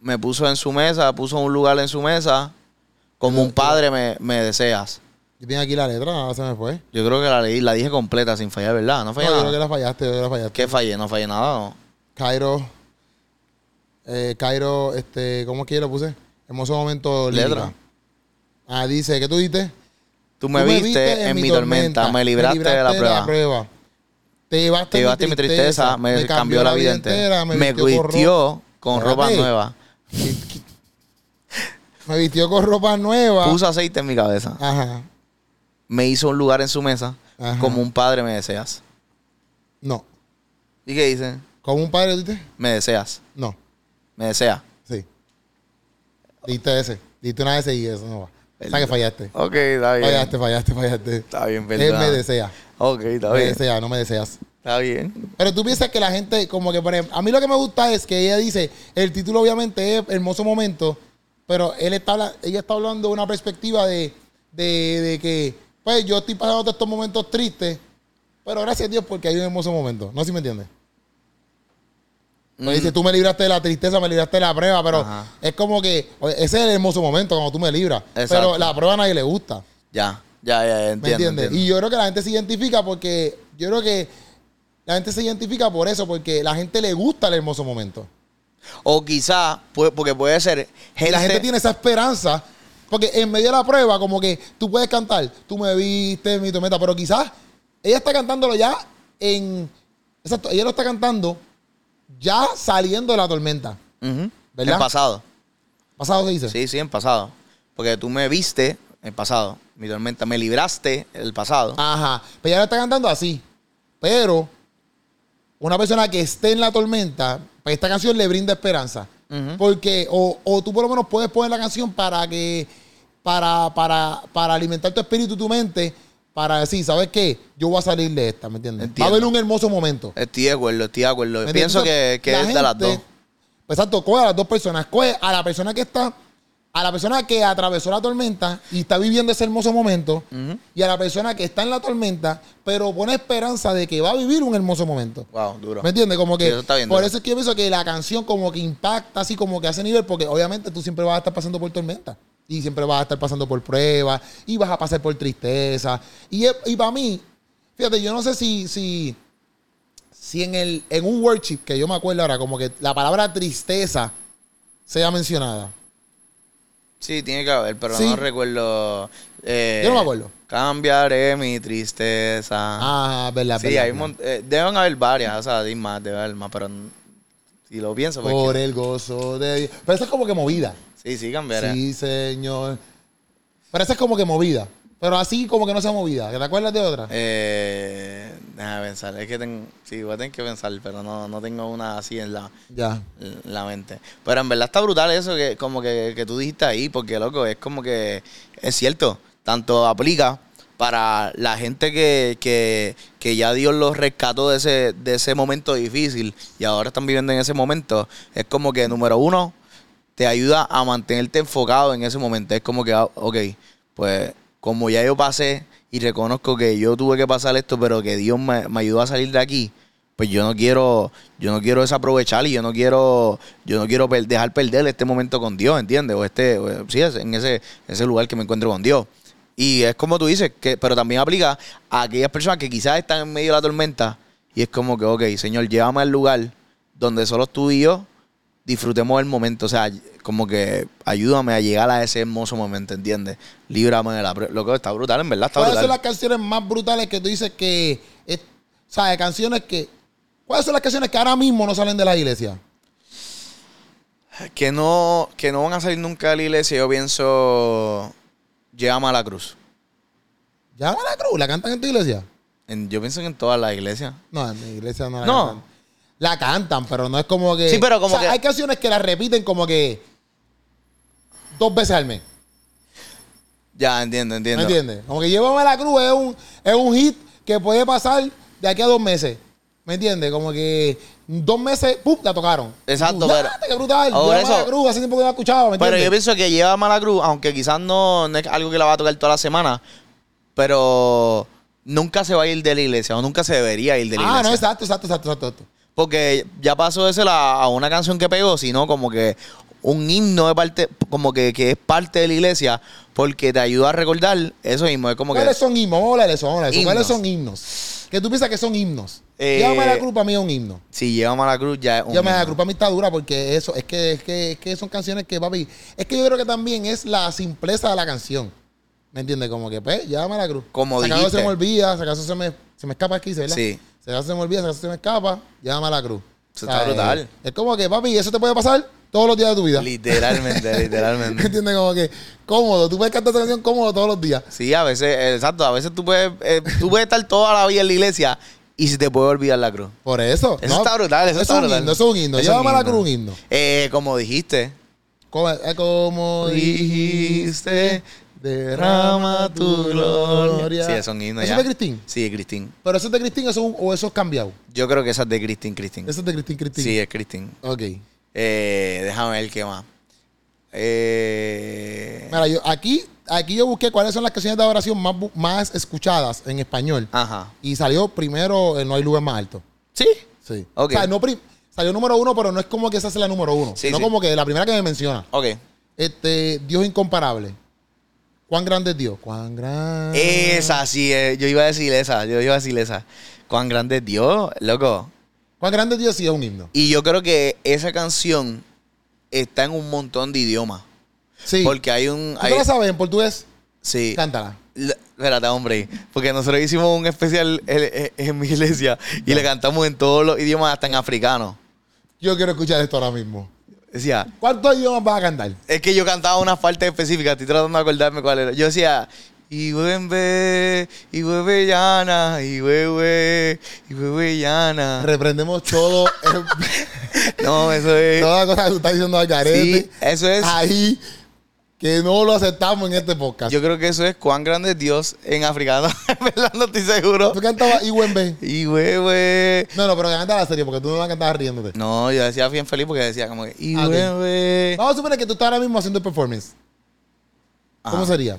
me puso en su mesa, puso un lugar en su mesa, como un padre me, me deseas. Yo tenía aquí la letra, ahora se me fue. Yo creo que la leí, la dije completa sin fallar, ¿verdad? No No, fallé yo creo que nada. la fallaste, yo creo que la fallaste. ¿Qué fallé? No fallé nada, ¿no? Cairo. eh, Cairo, este, ¿cómo es que yo lo puse? Hermoso momento. lírica. Letra. Ah, dice, ¿qué tú dijiste? Tú me, viste, en mi tormenta, me, libraste de la prueba. Te llevaste, Te llevaste mi tristeza, me, cambió la vida entera. Me, con ro- vistió con ropa Espérate. nueva. me vistió con ropa nueva. Puso aceite en mi cabeza. Ajá. Me hizo un lugar en su mesa. Ajá. Como un padre me deseas. No. ¿Y qué dice? ¿Como un padre dijiste? Me deseas. No. Me desea. Sí. Diste ese. Diste una vez y eso no va. O sea que Perdón. fallaste. Ok, está bien. Fallaste, fallaste, fallaste. Está bien, Él perdona. me desea. Ok, está Me bien. desea, no me deseas. Está bien. Pero tú piensas que la gente, como que, por ejemplo, a mí lo que me gusta es que ella dice, el título obviamente es Hermoso Momento, pero él está, habla- ella está hablando de una perspectiva de, de, de que, pues yo estoy pasando todos estos momentos tristes, pero gracias a Dios porque hay un hermoso momento. No sé si me entiendes. Mm, Pues dice, tú me libraste de la tristeza, me libraste de la prueba, pero Ajá. es como que, oye, ese es el hermoso momento cuando tú me libras. Exacto. Pero la prueba a nadie le gusta. Ya, ya, ya, ya, ¿Me entiendo. entiendes? entiendo. Y yo creo que la gente se identifica porque yo creo que la gente se identifica por eso, porque la gente le gusta el hermoso momento. O quizá, pu- porque puede ser Y la gente tiene esa esperanza, porque en medio de la prueba, como que tú puedes cantar, tú me viste, mi tormenta, pero quizás ella está cantándolo ya en. Exacto, ella lo está cantando ya saliendo de la tormenta. Ujú. ¿Verdad? En pasado. ¿Pasado se dice? Sí, sí, en pasado. Porque tú me viste en pasado. Mi tormenta. Me libraste el pasado. Ajá. Pero ya lo está cantando así. Pero una persona que esté en la tormenta, pues esta canción le brinda esperanza. Ujú. Porque, o, o tú por lo menos puedes poner la canción para que, para, para, para alimentar tu espíritu y tu mente, para decir, ¿sabes qué? Yo voy a salir de esta, ¿me entiendes? Entiendo. Va a haber un hermoso momento. Estoy de acuerdo, estoy de acuerdo. ¿Me Pienso entiendes? que, que La es de las gente- dos. pues, Exacto, coge a las dos personas. Coge a la persona que está, a la persona que atravesó la tormenta y está viviendo ese hermoso momento, Ujú. y a la persona que está en la tormenta, pero pone esperanza de que va a vivir un hermoso momento. Wow, duro. ¿Me entiendes? Como que Sí, eso está bien, por duro. eso es que yo pienso que la canción como que impacta así como que hace nivel, porque obviamente tú siempre vas a estar pasando por tormenta. Y siempre vas a estar pasando por pruebas, y vas a pasar por tristeza. Y, es- y para mí, fíjate, yo no sé si, si, si en, el, en un worship, que yo me acuerdo ahora, como que la palabra tristeza sea mencionada. Sí, tiene que haber, pero Sí. no recuerdo. eh, Yo no me acuerdo. Cambiaré mi tristeza. Ah, verdad, sí, verdad, hay un verdad. mon- eh, deben haber varias, o sea, hay más, debe haber más, pero n- si lo pienso, pues Por que- el gozo de Dios. Pero esa es como que movida. sí, sí, cambiaré. Sí, señor. Pero esa es como que movida. Pero así como que no sea movida. ¿Te acuerdas de otra? Eh, déjame pensar, es que tengo, sí, voy a tener que pensar, pero no, no tengo una así en la, Ya. en la mente. Pero en verdad está brutal eso que como que, que tú dijiste ahí, porque loco, es como que es cierto, tanto aplica para la gente que, que, que ya Dios los rescató de ese, de ese momento difícil y ahora están viviendo en ese momento, es como que número uno, te ayuda a mantenerte enfocado en ese momento. Es como que, ah, ok, pues como ya yo pasé y reconozco que yo tuve que pasar esto, pero que Dios me, me ayudó a salir de aquí, pues yo no quiero, yo no quiero desaprovechar y yo no quiero, yo no quiero per- dejar perder este momento con Dios, ¿entiendes? O este, o- sí, es- en ese, ese lugar que me encuentro con Dios. Y es como tú dices, que, pero también aplica a aquellas personas que quizás están en medio de la tormenta y es como que, ok, Señor, llévame al lugar donde solo tú y yo disfrutemos el momento. O sea, como que ayúdame a llegar a ese hermoso momento, ¿entiendes? Líbrame de la... pre- Loco, está brutal, en verdad, está ¿Cuáles son las brutal. canciones más brutales que tú dices que. es- o sea, de canciones que. ¿Cuáles son las canciones que ahora mismo no salen de la iglesia? Que no, que no van a salir nunca de la iglesia, yo pienso... Llévame a la cruz. ¿Ya la cruz? ¿La cantan en tu iglesia? En- yo pienso que en todas las iglesias. No, en mi iglesia no la No. cantan. La cantan, pero no es como que. Sí, pero como o sea, que- Hay canciones que las repiten como que. Dos veces al mes. Ya, entiendo, ¿Me entiendo. entiendes? Como que llévame a la cruz es un, es un hit que puede pasar de aquí a dos meses. ¿Me entiendes? Como que dos meses, ¡pum! la tocaron. Exacto, Tú, pero- ¡date, qué brutal! Ahora Llévame a la eso- cruz, hace tiempo que no la escuchaba. ¿me Pero entiendes? yo pienso que Llévame a la cruz, aunque quizás no, no es algo que la va a tocar toda la semana, pero... nunca se va a ir de la iglesia o nunca se debería ir de la Ah, iglesia. no, exacto, exacto, exacto, exacto. exacto. Porque ya pasó de ser a, a una canción que pegó, sino como que un himno de parte, como que, que es parte de la iglesia, porque te ayuda a recordar eso mismo. Es como que. ¿Cuáles son himnos? Vamos a hablar de eso, vamos a hablar de eso. ¿Cuáles Himnos. son himnos? Que tú piensas que son himnos. Eh, Llámame a la cruz, para mí es un himno. Si llevamos a la cruz, ya es un. Llámame a la himno. cruz, para mí está dura porque eso, es que, es que, es que son canciones que, papi, es que yo creo que también es la simpleza de la canción. ¿Me entiendes? Como que, pues, llámame a la cruz. Como si acaso dijiste. se me olvida, si acaso se me, se me escapa aquí, ¿verdad? Sí. Si acaso se me olvida, si acaso se me escapa, llámame a la cruz. Eso está brutal. Es como que, papi, eso te puede pasar todos los días de tu vida. Literalmente, ¿Me literalmente. entiendes? Como que cómodo. Tú puedes cantar esa canción cómodo todos los días. Sí, a veces, eh, exacto, a veces tú puedes, eh, tú puedes estar toda la vida en la iglesia y se te puede olvidar la cruz. Por eso. Eso está brutal, eso es está un brutal. Himno, eso es un himno. Eso es Llévame un a la himno. cruz un himno. Eh, como dijiste, Como, eh, como dijiste, derrama tu gloria. Sí, son himnos ¿Eso ya. es de Cristín? Sí, de Cristín. Pero eso es de Cristín eso es un- o eso es cambiado. Yo creo que esa es de Cristín, Cristín. Eso es de Cristín Cristín. Sí, es Cristín. Ok. Eh, déjame ver qué más. Eh, Mira, yo, aquí, aquí yo busqué cuáles son las canciones de adoración más, bu- más escuchadas en español. ajá. Y salió primero eh, No hay lugar más alto. Sí. Sí. Ok. O sea, no prim- salió número uno, pero no es como que esa sea la número uno. Sí, no sí. como que la primera que me menciona. Ok. Este, Dios incomparable. ¿Cuán grande es Dios? ¿Cuán grande? Esa sí, eh, yo iba a decir esa, yo iba a decir esa. Cuán grande es Dios, loco. ¿Cuán grande es Dios? Sí, es un himno. Y yo creo que esa canción está en un montón de idiomas. Sí. Porque hay un... ¿Tú Hay, te la sabes en portugués? sí. Cántala. La- Espérate, hombre. Porque nosotros hicimos un especial en, en- en mi iglesia y le cantamos en todos los idiomas, hasta en africano. Yo quiero escuchar esto ahora mismo. Decía, ¿Cuántos idiomas vas a cantar? es que yo cantaba una parte específica, estoy tratando de acordarme cuál era. Yo decía, y bebé, y bebé llana, y bebé, y bebé llana. Reprendemos todo. eh, No, eso es. toda cosa que tú estás diciendo al garete. Sí, eso es. Ah. Ahí. Que no lo aceptamos en este podcast. Yo creo que eso es cuán grande es Dios en africano. En verdad, no estoy seguro. ¿Tú cantabas Iwenbe? Y bebé. No, no, pero canta la serie porque tú no la cantabas riéndote. No, yo decía bien feliz porque decía como que, y Ah, ok. bebé. Vamos a suponer que tú estás ahora mismo haciendo el performance. ¿Cómo Ajá. sería? Ah.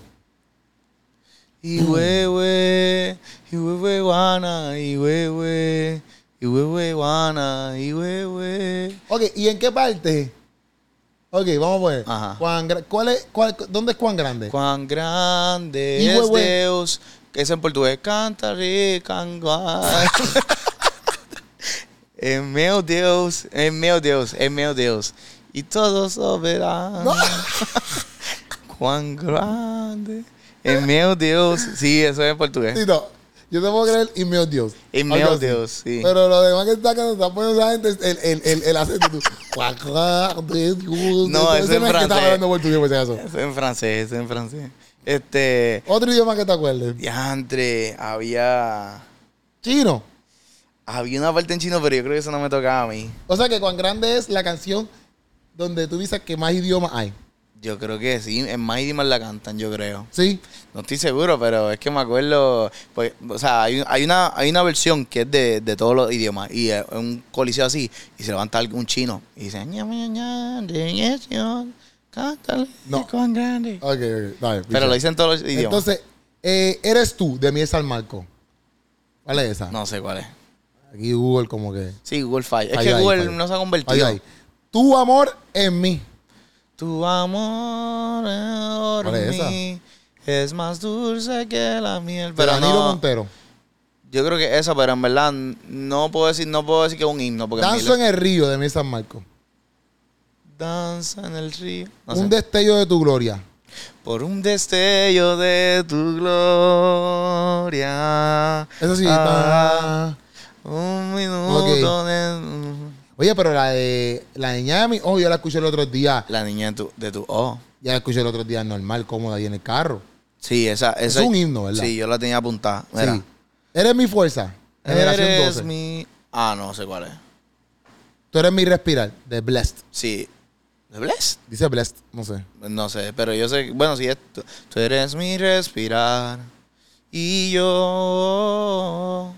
Y huehue, y huehue guana, y huehue, y huehue guana, y huehue. Ok, ¿y en qué parte? Ok, vamos a poner. Ajá. Cuán gra- ¿Cuál es, cuál- ¿Dónde es cuán grande? Cuán grande Y es huehue. Dios. Que es en portugués. Canta rica, Es meu Dios, es meu Dios, es meu Dios. Y todos lo verán. Cuán grande. Es meu Dios. Sí, eso es en portugués. Tito, yo te puedo creer y mi Dios. Y mi Algo oh así. Dios, sí. Pero lo demás que está que está poniendo esa gente es el, el, el, el acento. tú. No, eso no es que francés. estaba hablando portugués, por si acaso. Eso en francés, eso en francés. Este. Otro idioma que te acuerdes. Diantre, había. Chino. Había una parte en chino, pero yo creo que eso no me tocaba a mí. O sea que cuán grande es la canción donde tú dices que más idiomas hay. Yo creo que sí, en más idiomas la cantan, yo creo. ¿Sí? No estoy seguro, pero es que me acuerdo. Pues, o sea, hay, hay una, hay una versión que es de, de todos los idiomas. Y es un coliseo así, y se levanta algún chino. Y dice. "Ña, ña, ña, de ñecio, Cántale, No. cuán grande. Ok, ok. Dale, Pero lo picha. dicen todos los idiomas. Entonces, eh, eres tú de Miel San Marco. ¿Cuál es esa? no sé cuál es. Aquí Google como que... Sí, Google Fire. Es Ahí, que ahí, Google ahí. no se ha Ahí, convertido. ahí. Tu amor en mí. Tu amor ahora ¿Cuál es en mí es más dulce que la miel. Pero Pero Danilo no, Montero. yo creo que esa, pero en verdad no puedo decir, no puedo decir que es un himno porque en Danzo mi- en el río de Miel San Marco. danza en el río. No un sé. destello de tu gloria. Por un destello de tu gloria. Eso sí. Ah, ta- Un minuto Ok. de- Oye, pero la de la niña de mi ojo, yo la escuché el otro día. La niña de tu, de tu oh. Ya la escuché el otro día normal, cómoda ahí en el carro. Sí, esa, esa Es un himno, ¿verdad? Sí, yo la tenía apuntada. Mira. Sí. Eres mi fuerza. Generación Eres 12. mi- Ah, no sé cuál es. Tú eres mi respirar. De Blessed. Sí. ¿De Blessed? Dice Blessed, no sé. No sé, pero yo sé. Bueno, si es. Tú, tú eres mi respirar. Y yo.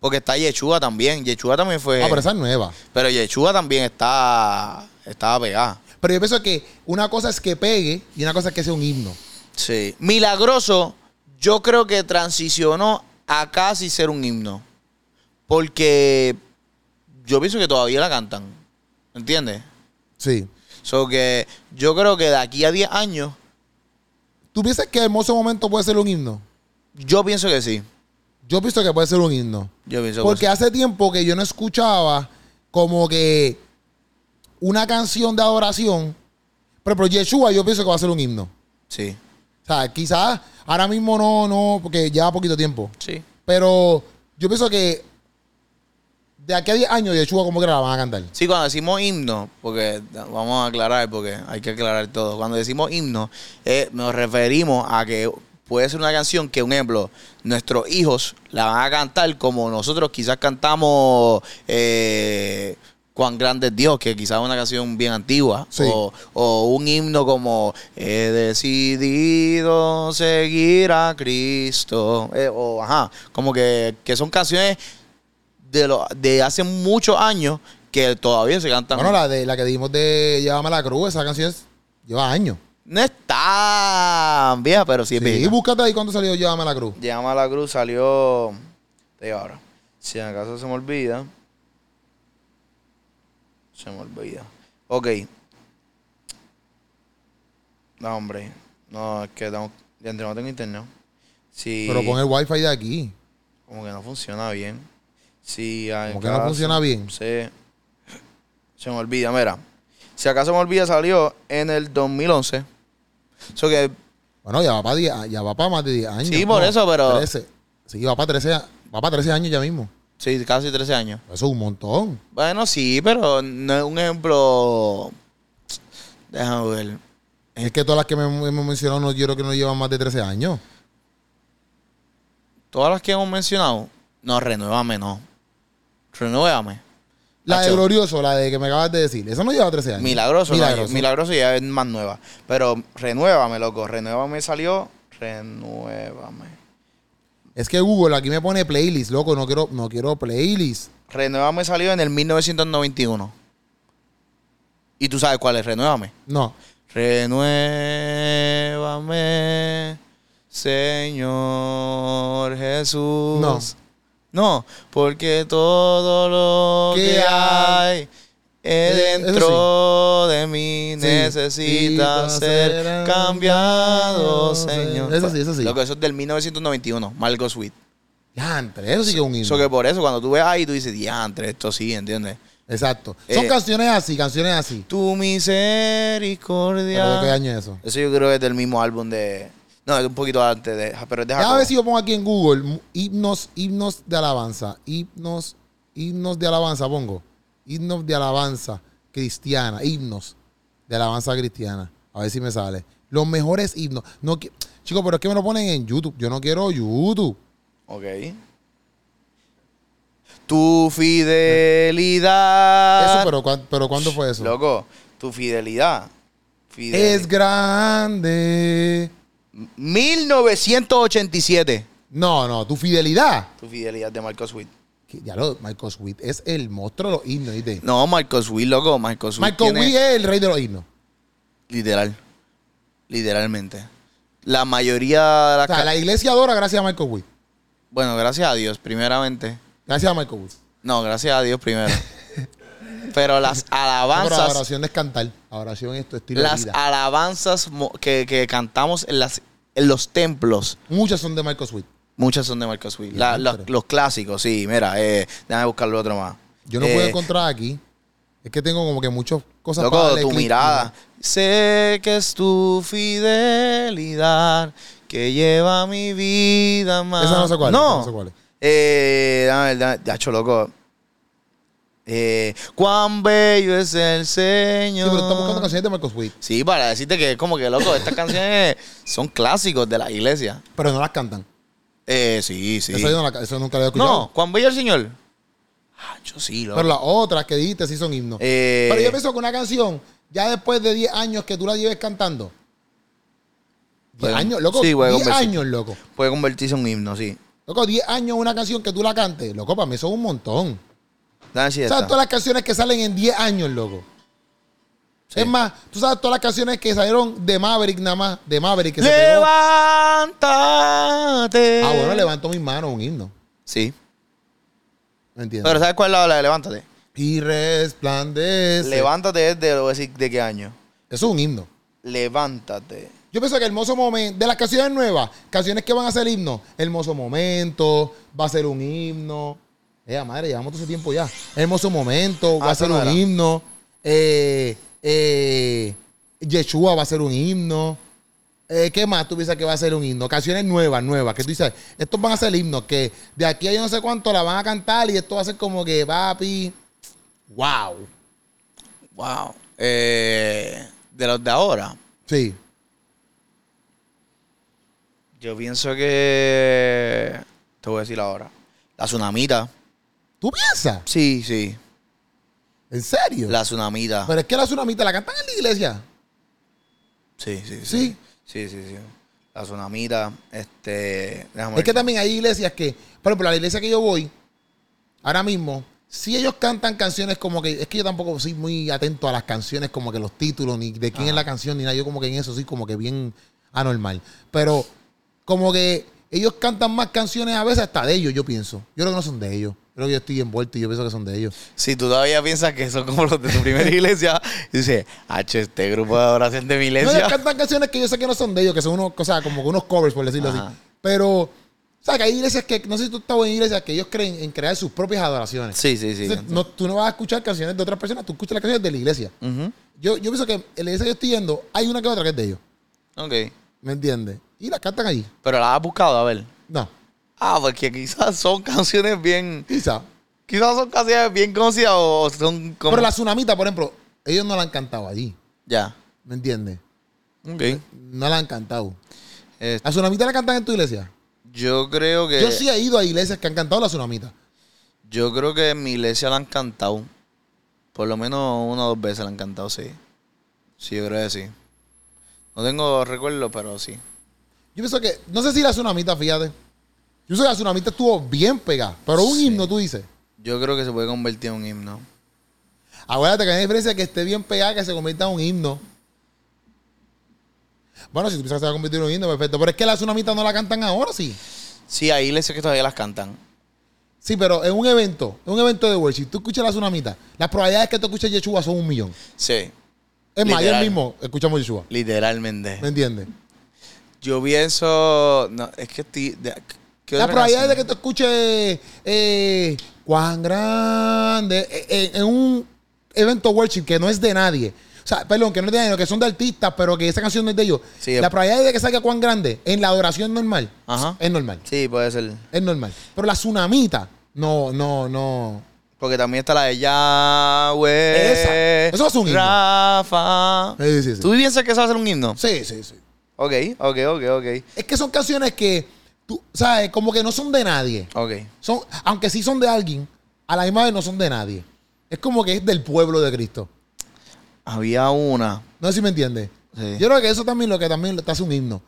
Porque está Yechua también. Yechua también fue. Ah, pero esa es nueva. Pero Yechua también está. Estaba pegada. Pero yo pienso que una cosa es que pegue y una cosa es que sea un himno. Sí. Milagroso. yo creo que transicionó a casi ser un himno. Porque yo pienso que todavía la cantan. ¿Entiendes? Sí. So que yo creo que de aquí a 10 años, ¿Tú piensas que Hermoso Momento puede ser un himno? yo pienso que sí. Yo pienso que puede ser un himno. Yo pienso Porque que sí. hace tiempo que yo no escuchaba como que una canción de adoración. Por ejemplo, Yeshua yo pienso que va a ser un himno. Sí. O sea, quizás ahora mismo no, no, porque lleva poquito tiempo. Sí. Pero yo pienso que de aquí a 10 años Yeshua como que la van a cantar. Sí, cuando decimos himno, porque vamos a aclarar, porque hay que aclarar todo. Cuando decimos himno, eh, nos referimos a que puede ser una canción que, un ejemplo, nuestros hijos la van a cantar como nosotros quizás cantamos eh, Cuán grande es Dios, que quizás es una canción bien antigua, Sí. o, o un himno como He decidido seguir a Cristo, eh, o ajá, como que, que son canciones de, lo, de hace muchos años que todavía se cantan. Bueno, la, de, la que dijimos de Llévame a la cruz, esa canción es- lleva años. No es tan vieja, pero sí es Sí, vieja. búscate ahí cuándo salió Llévame a la cruz. Llama a la cruz, salió. Te digo ahora. Si en acaso se me olvida. Se me olvida. Ok. No, hombre. No, es que tengo, ya entre- no tengo internet. Sí. Pero pon el wifi de aquí. Como que no funciona bien. Sí, Como que no funciona bien. Se, se me olvida, mira. Si acaso me olvida, salió en el 2011. So que, Bueno, ya va para, 10 a- ya va para más de 10 años. Sí, por eso, pero- 13. Sí, va para 13, a- va para 13 años ya mismo. sí, casi 13 años. Eso es un montón. Bueno, sí, pero no es un ejemplo. Déjame ver. Es que todas las que me hemos mencionado, no, yo creo que no llevan más de 13 años. Todas las que hemos mencionado. No, renuévame, no. Renuévame. La de Hacho. Glorioso, la de que me acabas de decir. Esa no lleva 13 años. Milagroso, milagroso. Milagroso. milagroso ya es más nueva. Pero renuévame, loco. Renuévame salió. Renuévame. Es que Google aquí me pone playlist, loco. No quiero, no quiero playlist. Renuévame salió en el 1991. Y tú sabes cuál es, renuévame. No. Renuévame, Señor Jesús. No. No, porque todo lo ¿Qué que hay hay? es Eh, eso dentro de mí necesita Necesita ser ser cambiado, cambiado, Señor. Eso sí, eso sí. Lo que eso es del 1991, Margot Sweet. Ya, entre eso sí que es un himno. Eso que por eso cuando tú ves ahí tú dices, diantre, esto sí, ¿entiendes? Exacto. Son Eh, canciones así, canciones así. Tu misericordia. Pero ¿De qué año es eso? Eso yo creo que es del mismo álbum de. No, es un poquito antes de. ah, Pero deja. Déjame como- ver si yo pongo aquí en Google mu- himnos, himnos de alabanza. Himnos, himnos de alabanza, pongo. Himnos de alabanza cristiana. Himnos de alabanza cristiana. A ver si me sale. Los mejores himnos. No, qui- chicos, pero es que me lo ponen en YouTube. Yo no quiero YouTube. Ok. Tu fidelidad. Eso, pero, cuán- pero ¿cuándo fue eso? Ah. Loco, tu fidelidad. Fidel- Es grande. 1987. No, no, tu fidelidad. Tu fidelidad de Marcos Sweet. Que Ya lo, Michael Sweet es el monstruo de los himnos, ¿viste? No, Marcos Sweet, loco. Marcos Sweet. Michael tiene- Sweet es el rey de los himnos. Literal. Literalmente. La mayoría de las. O sea, ca- la iglesia adora gracias a Michael Sweet. Bueno, gracias a Dios, primeramente. Gracias a Michael Sweet. No, gracias a Dios primero. Pero las No, pero la alabanzas, oración no es cantar. La oración es tu estilo las de vida. alabanzas mo- que, que cantamos en, las, en los templos, Muchas son de Michael Sweet. muchas son de Marcos Witt. La- la- Diantre. los clásicos, sí, mira, eh, déjame buscarlo otro más. Yo no Eh, puedo encontrar aquí. Es que tengo como que muchas cosas Loco, para darle tu clic. mirada. Sé que es tu fidelidad que lleva mi vida más. Esa no sé cuál es, No. esa no sé cuál es. Eh, dame, ver, dame, ya, loco. Eh, cuán bello es el Sí, Señor. pero estamos buscando canciones de Michael Sweet. Sí, para decirte que es como que, loco, estas canciones son clásicos de la iglesia. Pero no las cantan. Eh, sí, sí. Eso, yo no la- eso nunca lo he escuchado. No, Juan Bello el Señor. Ah, yo sí, loco. Pero las otras que dijiste sí son himnos. Eh, Pero yo pienso que una canción, ya después de 10 años que tú la lleves cantando. 10 Bueno, años, loco. sí, bueno, 10 conversa- años, loco. Puede convertirse en un himno, sí. Loco, 10 años una canción que tú la cantes. Loco, para mí son un montón. Dame si O sea, esta. todas las canciones que salen en 10 años, loco. Es más, tú sabes todas las canciones que salieron de Maverick nada más, de Maverick que se pegó. Levántate. Ah, bueno, levantó mis manos, un himno. Sí. ¿Me entiendes? Pero ¿sabes cuál es la la de levántate? y resplandece. Levántate es de, lo voy a decir de qué año. Eso es un himno. Levántate. Yo pienso que Hermoso Momento, de las canciones nuevas, canciones que van a ser himnos, Hermoso Momento, va a ser un himno. Eh, madre, llevamos todo ese tiempo ya. Hermoso Momento, va Ah, a ser eso no un era. himno. Eh, eh, Yeshua va a ser un himno. Eh, ¿Qué más tú piensas que va a ser un himno? Canciones nuevas, nuevas, que tú dices, estos van a ser himnos, que de aquí a yo no sé cuánto la van a cantar y esto va a ser como que, papi, wow. Wow. Eh, de los de ahora. Sí. Yo pienso que. Te voy a decir ahora. La tsunamita. ¿Tú piensas? Sí, sí. ¿En serio? La tsunamita. Pero es que la tsunamita la cantan en la iglesia. Sí, sí, sí. Sí. Sí, sí, sí. La tsunamita. Este. déjame Es que ver. también hay iglesias que, por ejemplo, la iglesia que yo voy, ahora mismo, si ellos cantan canciones como que, es que yo tampoco soy muy atento a las canciones, como que los títulos, ni de quién es la canción, ni nada, yo como que en eso soy como que bien anormal. Pero como que ellos cantan más canciones a veces hasta de ellos, yo pienso. Yo creo que no son de ellos. Creo que yo estoy envuelto y yo pienso que son de ellos. Si tú todavía piensas que son como los de tu primera iglesia, dices, H, este grupo de adoración de mi No, ellos iglesia. cantan canciones que yo sé que no son de ellos, que son unos, o sea, como que unos covers, por decirlo Ajá. así. Pero, o sea, que hay iglesias que, no sé si tú estás en iglesias que ellos creen en crear sus propias adoraciones. Sí, sí, sí. Entonces, no, tú no vas a escuchar canciones de otras personas, tú escuchas las canciones de la iglesia. Ujú. Yo, yo pienso que en la iglesia que yo estoy yendo, hay una que otra que es de ellos. Ok. ¿Me entiendes? Y las cantan allí. Pero la has buscado, a ver. No, Ah, porque quizás son canciones bien. quizá. Quizás son canciones bien conocidas o son como. Pero la tsunamita, por ejemplo, ellos no la han cantado allí. Ya. ¿Me entiendes? Ok. No la han cantado. Eh, ¿La tsunamita la cantan en tu iglesia? yo creo que. Yo sí he ido a iglesias que han cantado la tsunamita. Yo creo que en mi iglesia la han cantado. Por lo menos una o dos veces la han cantado, sí. Sí, yo creo que sí. No tengo recuerdo, pero sí. Yo pienso que, no sé si la tsunamita, fíjate. Yo pienso que la tsunamita estuvo bien pegada. Pero un Sí. himno, tú dices. Yo creo que se puede convertir en un himno. Acuérdate que hay una diferencia que esté bien pegada, que se convierta en un himno. Bueno, si tú piensas que se va a convertir en un himno, perfecto. Pero es que la tsunamita no la cantan ahora, sí. Sí, hay iglesias que todavía las cantan. Sí, pero en un evento, en un evento de worship, tú escuchas la tsunamita, las probabilidades que tú escuches Yeshua son un millón. Sí, Es más, ayer Literal. mismo escuchamos Yeshua. literalmente. ¿Me entiendes? Yo pienso. No, es que estoy. de- ¿qué La otra probabilidad de que canción? tú escuches eh, cuán grande eh, eh, en un evento worship que no es de nadie. O sea, perdón, que no es de nadie, que son de artistas, pero que esa canción no es de ellos. Sí, la es- probabilidad de que salga cuán grande en la adoración normal Ajá. es normal. Sí, puede ser. Es normal. Pero la tsunamita, no, no, no. Porque también está la de Yahweh. Esa. Eso es un himno. Rafa. Sí, sí, sí. ¿Tú piensas que eso va a ser un himno? Sí, sí, sí. Ok, ok, ok, ok. Es que son canciones que, tú, ¿sabes? Como que no son de nadie. Ok. Son, aunque sí son de alguien, a la misma vez no son de nadie. Es como que es del pueblo de Cristo. Había una. No sé si me entiendes. Sí. Yo creo que eso también lo que también te hace un himno.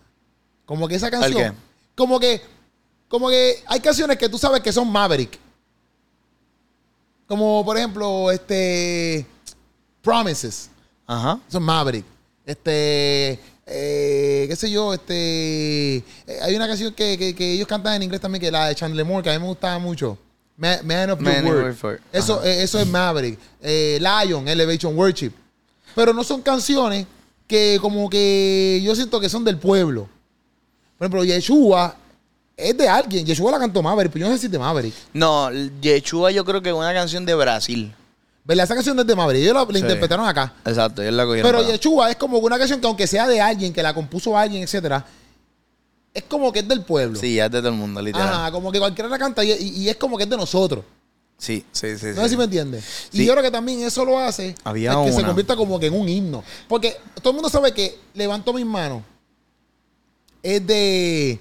Como que esa canción. qué? Como que. Como que hay canciones que tú sabes que son Maverick. Como por ejemplo, este. Promises. Ajá. Son Maverick. Este. eh, qué sé yo, este. eh, hay una canción que, que- que ellos cantan en inglés también, que la de Chandler Moore, que a mí me gustaba mucho. Ma- Man of the Man of Word. the Word, Eso, eh, eso es Maverick. Eh, Lion, Elevation Worship. Pero no son canciones que, como que yo siento que son del pueblo. Por ejemplo, Yeshua es de alguien. Yeshua la cantó Maverick, pero yo no sé si es de Maverick. No, Yechua yo creo que es una canción de Brasil. ¿Verdad? Esa canción no es de Maverick. Ellos la, la Sí. interpretaron acá. Exacto, yo la cogí. Pero Yeshua es como una canción que aunque sea de alguien, que la compuso alguien, etcétera, es como que es del pueblo. Sí, ya es de todo el mundo, literal. Ajá, como que cualquiera la canta y, y- y es como que es de nosotros. Sí, sí, sí. No sí. sé si me entiendes. Y Sí. yo creo que también eso lo hace Había es que se una. convierta como que en un himno. Porque todo el mundo sabe que Levanto mis manos es de,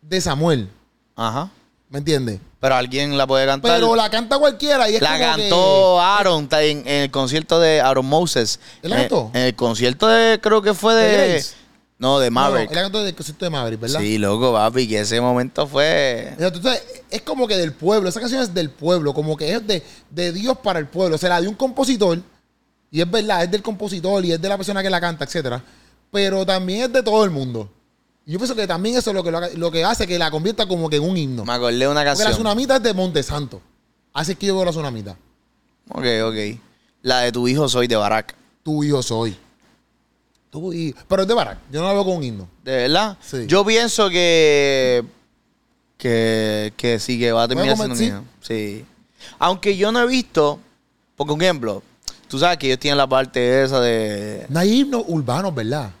de Samuel, Ajá. ¿me entiendes? Pero alguien la puede cantar. Pero la canta cualquiera y es como La que- cantó Aaron está en, en el concierto de Aaron Moses. Eh, ¿Él la cantó? En, en el concierto de, creo que fue de. ¿De Grace? No, de No, no, Maverick. él la cantó del concierto de Maverick, ¿verdad? sí, loco, papi, que ese momento fue. Exacto. Entonces, es como que del pueblo. Esa canción es del pueblo, como que es de, de Dios para el pueblo. Se la dio un compositor Y es verdad, es del compositor y es de la persona que la canta, etcétera. Pero también es de todo el mundo. Y yo pienso que también eso es lo que, lo, lo que hace que la convierta como que en un himno. Me acordé de una Porque la canción. tsunamita es de Monte Santo. Así es que yo veo la tsunamita. Ok, ok. La de tu hijo soy de Barack. Tú y yo soy. Tú y... Pero es de Barack. Yo no la veo con un himno. ¿De verdad? Sí. Yo pienso que, que. que sí, que va a terminar Voy a siendo comer- un himno. Sí. Aunque yo no he visto. Porque, un ejemplo, tú sabes que ellos tienen la parte esa de. No hay himnos urbanos, ¿verdad?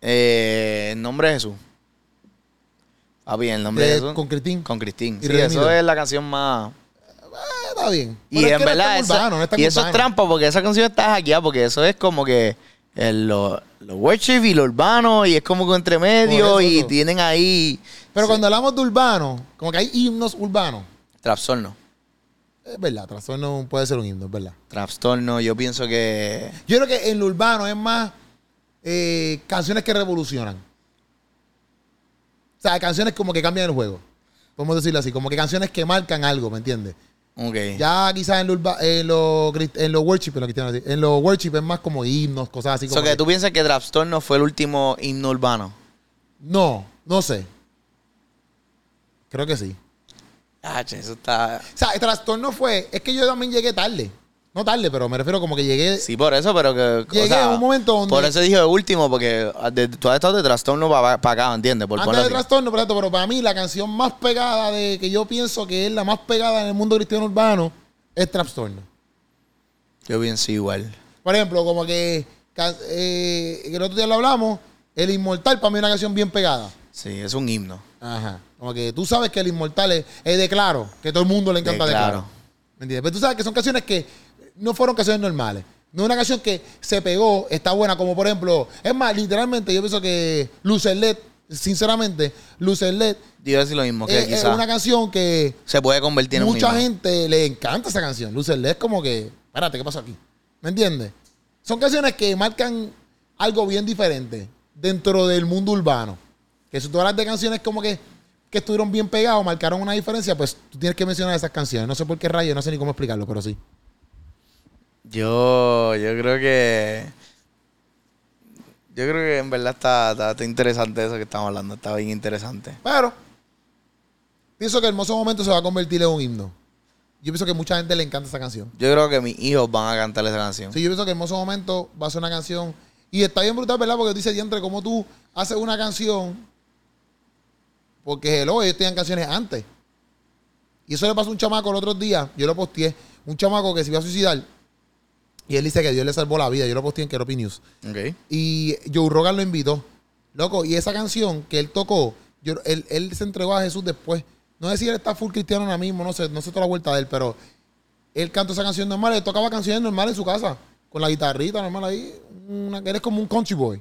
Eh, en nombre de Jesús. Ah, bien, el nombre de, De- Jesús. Eh, con Cristín. Con Cristín. Y Sí, Redimido. eso es la canción más. Eh, está bien. Y Pero es que no es en verdad, tan esa- urbano, no es tan y eso es urbano. trampa porque esa canción está hackeada porque eso es como que eh, lo, lo worship y lo urbano y es como que entre medio Por eso y no. tienen ahí Pero cuando hablamos de urbano, como que hay himnos urbanos. trastorno. Es verdad, trastorno puede ser un himno, es verdad. Trastorno, yo pienso que Yo creo que en lo urbano es más eh, canciones que revolucionan. O sea, canciones como que cambian el juego. Podemos decirlo así, como que canciones que marcan algo, ¿me entiendes? ok. Ya quizás en lo, urba- en lo, crist- en lo worship, en lo cristiano, así, en lo worship es más como himnos, cosas así. So Como que tú piensas que Trastorno fue el último himno urbano. No, no sé. Creo que sí. Ah, che, eso está O sea, el trastorno fue, es que yo también llegué tarde. No tarde, pero me refiero como que llegué... Sí, por eso, pero que Llegué a un momento donde- Por eso dije de último porque ah, de- tú has estado de Trastorno para acá, ¿entiendes? Por Antes ponerlo de así. trastorno, pero, pero para mí la canción más pegada de que yo pienso que es la más pegada en el mundo cristiano urbano es trastorno. Yo pienso igual. Por ejemplo, como que ca- eh, que el otro día lo hablamos, El Inmortal para mí es una canción bien pegada. Sí, es un himno. Ajá. Como que tú sabes que El Inmortal es, es de claro, que todo el mundo le encanta de Declaro. claro. ¿Me entiendes? Pero tú sabes que son canciones que no fueron canciones normales. No es una canción que se pegó, está buena, como por ejemplo, es más, literalmente yo pienso que Lucer LED, sinceramente, E Lucer LED Digo así lo mismo que Eh, es, es quizás una canción que se puede convertir en un mucha himno. gente le encanta esa canción. Lucerle es como que, espérate, ¿qué pasó aquí? ¿Me entiendes? Son canciones que marcan algo bien diferente dentro del mundo urbano. Que si tú hablas de canciones como que, que estuvieron bien pegados, marcaron una diferencia, pues tú tienes que mencionar esas canciones. No sé por qué rayo, no sé ni cómo explicarlo, pero sí. Yo, yo creo que. Yo creo que en verdad está, está, está interesante eso que estamos hablando. Está bien interesante. Pero pienso que Hermoso Momento se va a convertir en un himno. Yo pienso que mucha gente le encanta esa canción. Yo creo que mis hijos van a cantar esa canción. Sí, yo pienso que Hermoso Momento va a ser una canción. Y está bien brutal, ¿verdad? Porque tú dices, entre cómo tú haces una canción. Porque hello, ellos tenían canciones antes. Y eso le pasó a un chamaco el otro día. Yo lo posteé. Un chamaco que se iba a suicidar. Y él dice que Dios le salvó la vida. Yo lo posteé en Keropi News. Ok. Y Joe Rogan lo invitó. Loco, y esa canción que él tocó, yo- él, él se entregó a Jesús después. No sé si él está full cristiano ahora mismo, no sé, no sé toda la vuelta de él, pero él cantó esa canción normal, él tocaba canciones normales en su casa, con la guitarrita normal ahí. Una, él es como un country boy.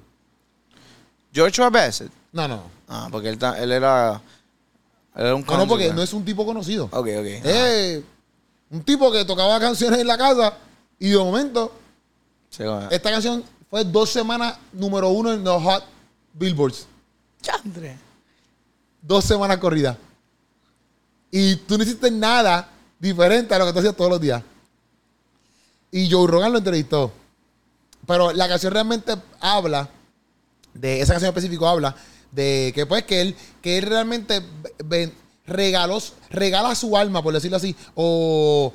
Joshua Bassett. No, no, no. Ah, porque él, ta- él era. Él era un Ah, No, no, porque country, no es Eh, un tipo conocido. Ok, ok. Ah, Es un tipo que tocaba canciones en la casa y de momento sí, bueno. esta canción fue dos semanas número uno en los Hot Billboards. Chandre. dos semanas corridas. Y tú no hiciste nada diferente a lo que tú hacías todos los días. Y Joe Rogan lo entrevistó. Pero la canción realmente habla, de esa canción en específico habla, de que pues que él, que él realmente ven- regaló, regala su alma, por decirlo así, o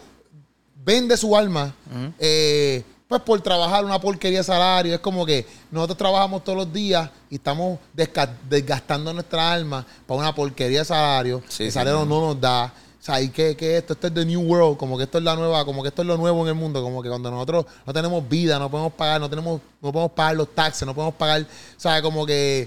vende su alma, eh, pues por trabajar una porquería de salario. Es como que nosotros trabajamos todos los días y estamos desca- desgastando nuestra alma para una porquería de salario. Sí, el sí, salario sí. no nos da. O sea, ¿y qué, qué es esto? Esto es the new world, como que esto es la nueva, como que esto es lo nuevo en el mundo, como que cuando nosotros no tenemos vida, no podemos pagar, no tenemos, no podemos pagar los taxes, no podemos pagar, o sea, como que,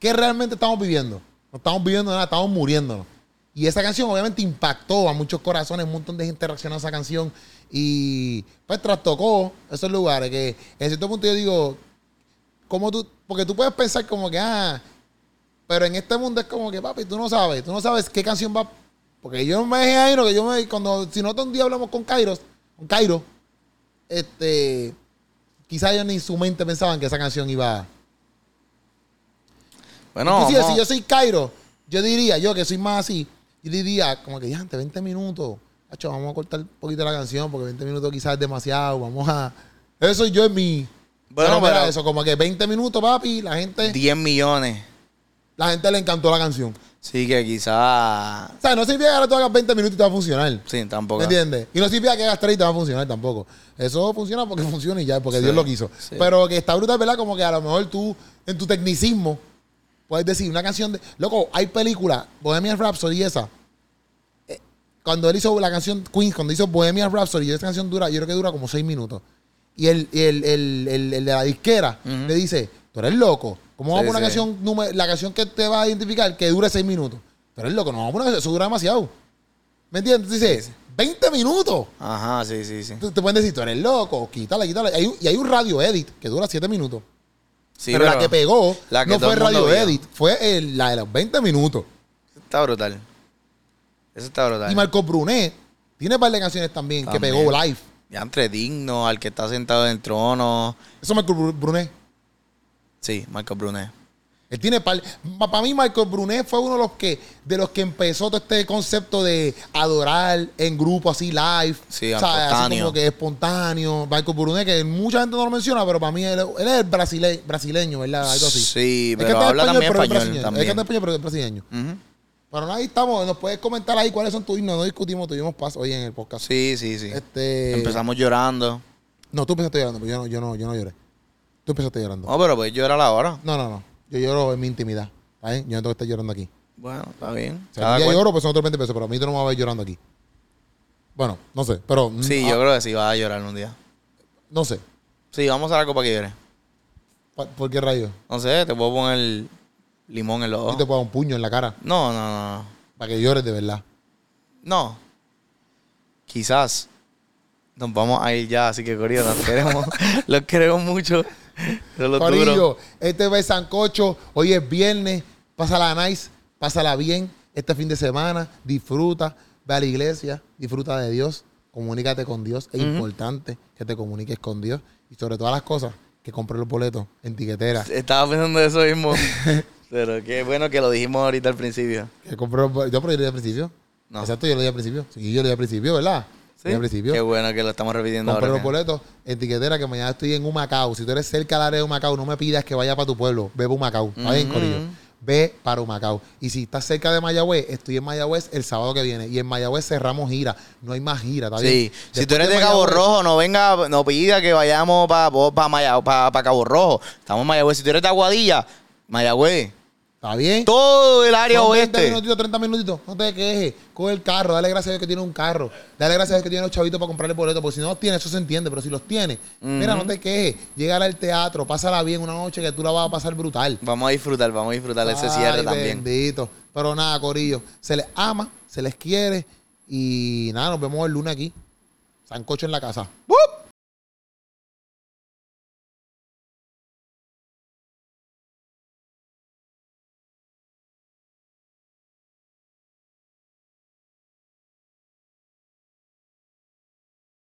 ¿qué realmente estamos viviendo? No estamos viviendo nada, estamos muriéndonos. Y esa canción obviamente impactó a muchos corazones, un montón de gente reaccionó a esa canción y pues trastocó esos lugares que en cierto punto yo digo, como tú, porque tú puedes pensar como que, ah, pero en este mundo es como que, papi, tú no sabes, tú no sabes qué canción va, porque yo me dejé ahí, no, que yo me, cuando, si nosotros un día hablamos con Kairos, con Cairo, este, quizás ellos ni en su mente pensaban que esa canción iba a... Bueno, Inclusive, vamos- si yo soy Cairo, yo diría, yo que soy más así, yo diría, como que ya, antes 20 minutos, Hacho, vamos a cortar un poquito la canción, porque 20 minutos quizás es demasiado, vamos a, Eso soy yo en mi. Bueno, mira pero- eso, como que 20 minutos, papi, la gente, 10 millones. la gente le encantó la canción. Sí, que quizá. O sea, no significa que ahora tú hagas 20 minutos y te va a funcionar. Sí, ¿Me tampoco. entiendes? Y no significa que hagas 3 y te va a funcionar tampoco. Eso funciona porque funciona y ya, porque Sí, Dios lo quiso. sí. Pero que está brutal, ¿verdad? Como que a lo mejor tú, en tu tecnicismo, puedes decir una canción de. Loco, hay películas, Bohemian Rhapsody esa. Eh, Cuando él hizo la canción Queens, cuando hizo Bohemian Rhapsody, esa canción dura, yo creo que dura como 6 minutos. Y el, y el, el- el- el de la disquera Ujú. le dice: Tú eres loco. ¿Cómo vamos Sí, a poner una sí. canción, nume- la canción que te va a identificar que dure 6 minutos? Tú eres loco, no vamos a poner eso, eso dura demasiado. ¿Me entiendes? Tú dices, 20 minutos. Ajá, sí, sí, sí. Tú- Te pueden decir, tú eres loco, quítale, quítale. Hay un- y hay un radio edit que dura 7 minutos. Sí, pero, la que pegó la que no todo fue el radio mundo vio. edit, fue el- la de los 20 minutos. Está brutal. Eso está brutal. Y Marco Brunet tiene un par de canciones también, También. que pegó live. Ya entre digno, al que está sentado en el trono. Eso es Marco Bru- Brunet. Sí, Marco Brunet. Él tiene par. Para mí, Marco Brunet fue uno de los que de los que empezó todo este concepto de adorar en grupo así live. Sí, O sea, Así espontáneo. como que espontáneo. Marco Brunet, que mucha gente no lo menciona, pero para mí él, él es el brasile- brasileño, ¿verdad? Algo así. Sí, Es que pero está en habla también pero es español. brasileño. Es que también. está en español, pero es brasileño. Ujú. Pero ahí estamos. Nos puedes comentar ahí cuáles son tus himnos. No discutimos, tuvimos paz hoy en el podcast. Sí, sí, sí. Este, Empezamos llorando. No, tú empezaste llorando, pero yo no, yo no, yo no lloré. Tú empezaste llorando. No, pero pues llorar ahora. No, no, no. Yo lloro en mi intimidad. ¿está bien? Yo no tengo que estar llorando aquí. Bueno, está bien. O sea, Cada un día cual- lloro, pues son otros 20 pesos, pero a mí tú no me vas a ver llorando aquí. Bueno, no sé, pero. mm, Sí, ah, yo creo que sí vas a llorar un día. No sé. Sí, vamos a la copa que llores. Pa- ¿Por qué rayo? No sé, te puedo poner limón en los Yo te ojos. puedo dar un puño en la cara No, no, no, no. para que llores de verdad. No. Quizás nos vamos a ir ya, así que Corillo, nos queremos. los queremos mucho. Son los duros. Corillo, este es Sancocho. Hoy es viernes. Pásala nice, pásala bien. Este fin de semana, disfruta, ve a la iglesia, disfruta de Dios, comunícate con Dios. Es importante que te comuniques con Dios. Y sobre todas las cosas, que compres los boletos en tiquetera. Estaba pensando eso mismo. Pero qué bueno que lo dijimos ahorita al principio. Que compré los boletos. Yo pero yo lo dije al principio. No. Exacto, yo lo dije al principio. Sí, yo lo dije al principio, ¿verdad? Lo ¿Sí? dije al principio. Qué bueno que lo estamos repitiendo Compré ahora. los boletos en tiquetera que mañana estoy en Humacao. Si tú eres cerca del área de Humacao, no me pidas que vaya para tu pueblo. Ve para Humacao. Está bien, Ujú. Corillo. Ve para Humacao. Y si estás cerca de Mayagüez, estoy en Mayagüez el sábado que viene. Y en Mayagüez cerramos gira. No hay más gira, ¿está bien? Sí, si tú Después eres de Cabo Mayagüez- Rojo, no venga, no pida que vayamos para pa, pa- pa Cabo Rojo. Estamos en Mayagüez. Si tú eres de Aguadilla, Mayagüez. ¿Está bien? Todo el área Son 20 oeste. minutitos, 30 minutitos. No te quejes. Coge el carro. Dale gracias a Dios que tiene un carro. Dale gracias a Dios que tiene los chavitos para comprar el boleto. Porque si no los tiene, eso se entiende. Pero si los tiene, mira, no te quejes. Llegar al teatro. Pásala bien una noche que tú la vas a pasar brutal. Vamos a disfrutar, vamos a disfrutar ese cierre Ay, también. Bendito. Pero nada, Corillo. Se les ama, se les quiere. Y nada, nos vemos el lunes aquí. Sancocho en la casa. ¡Woo!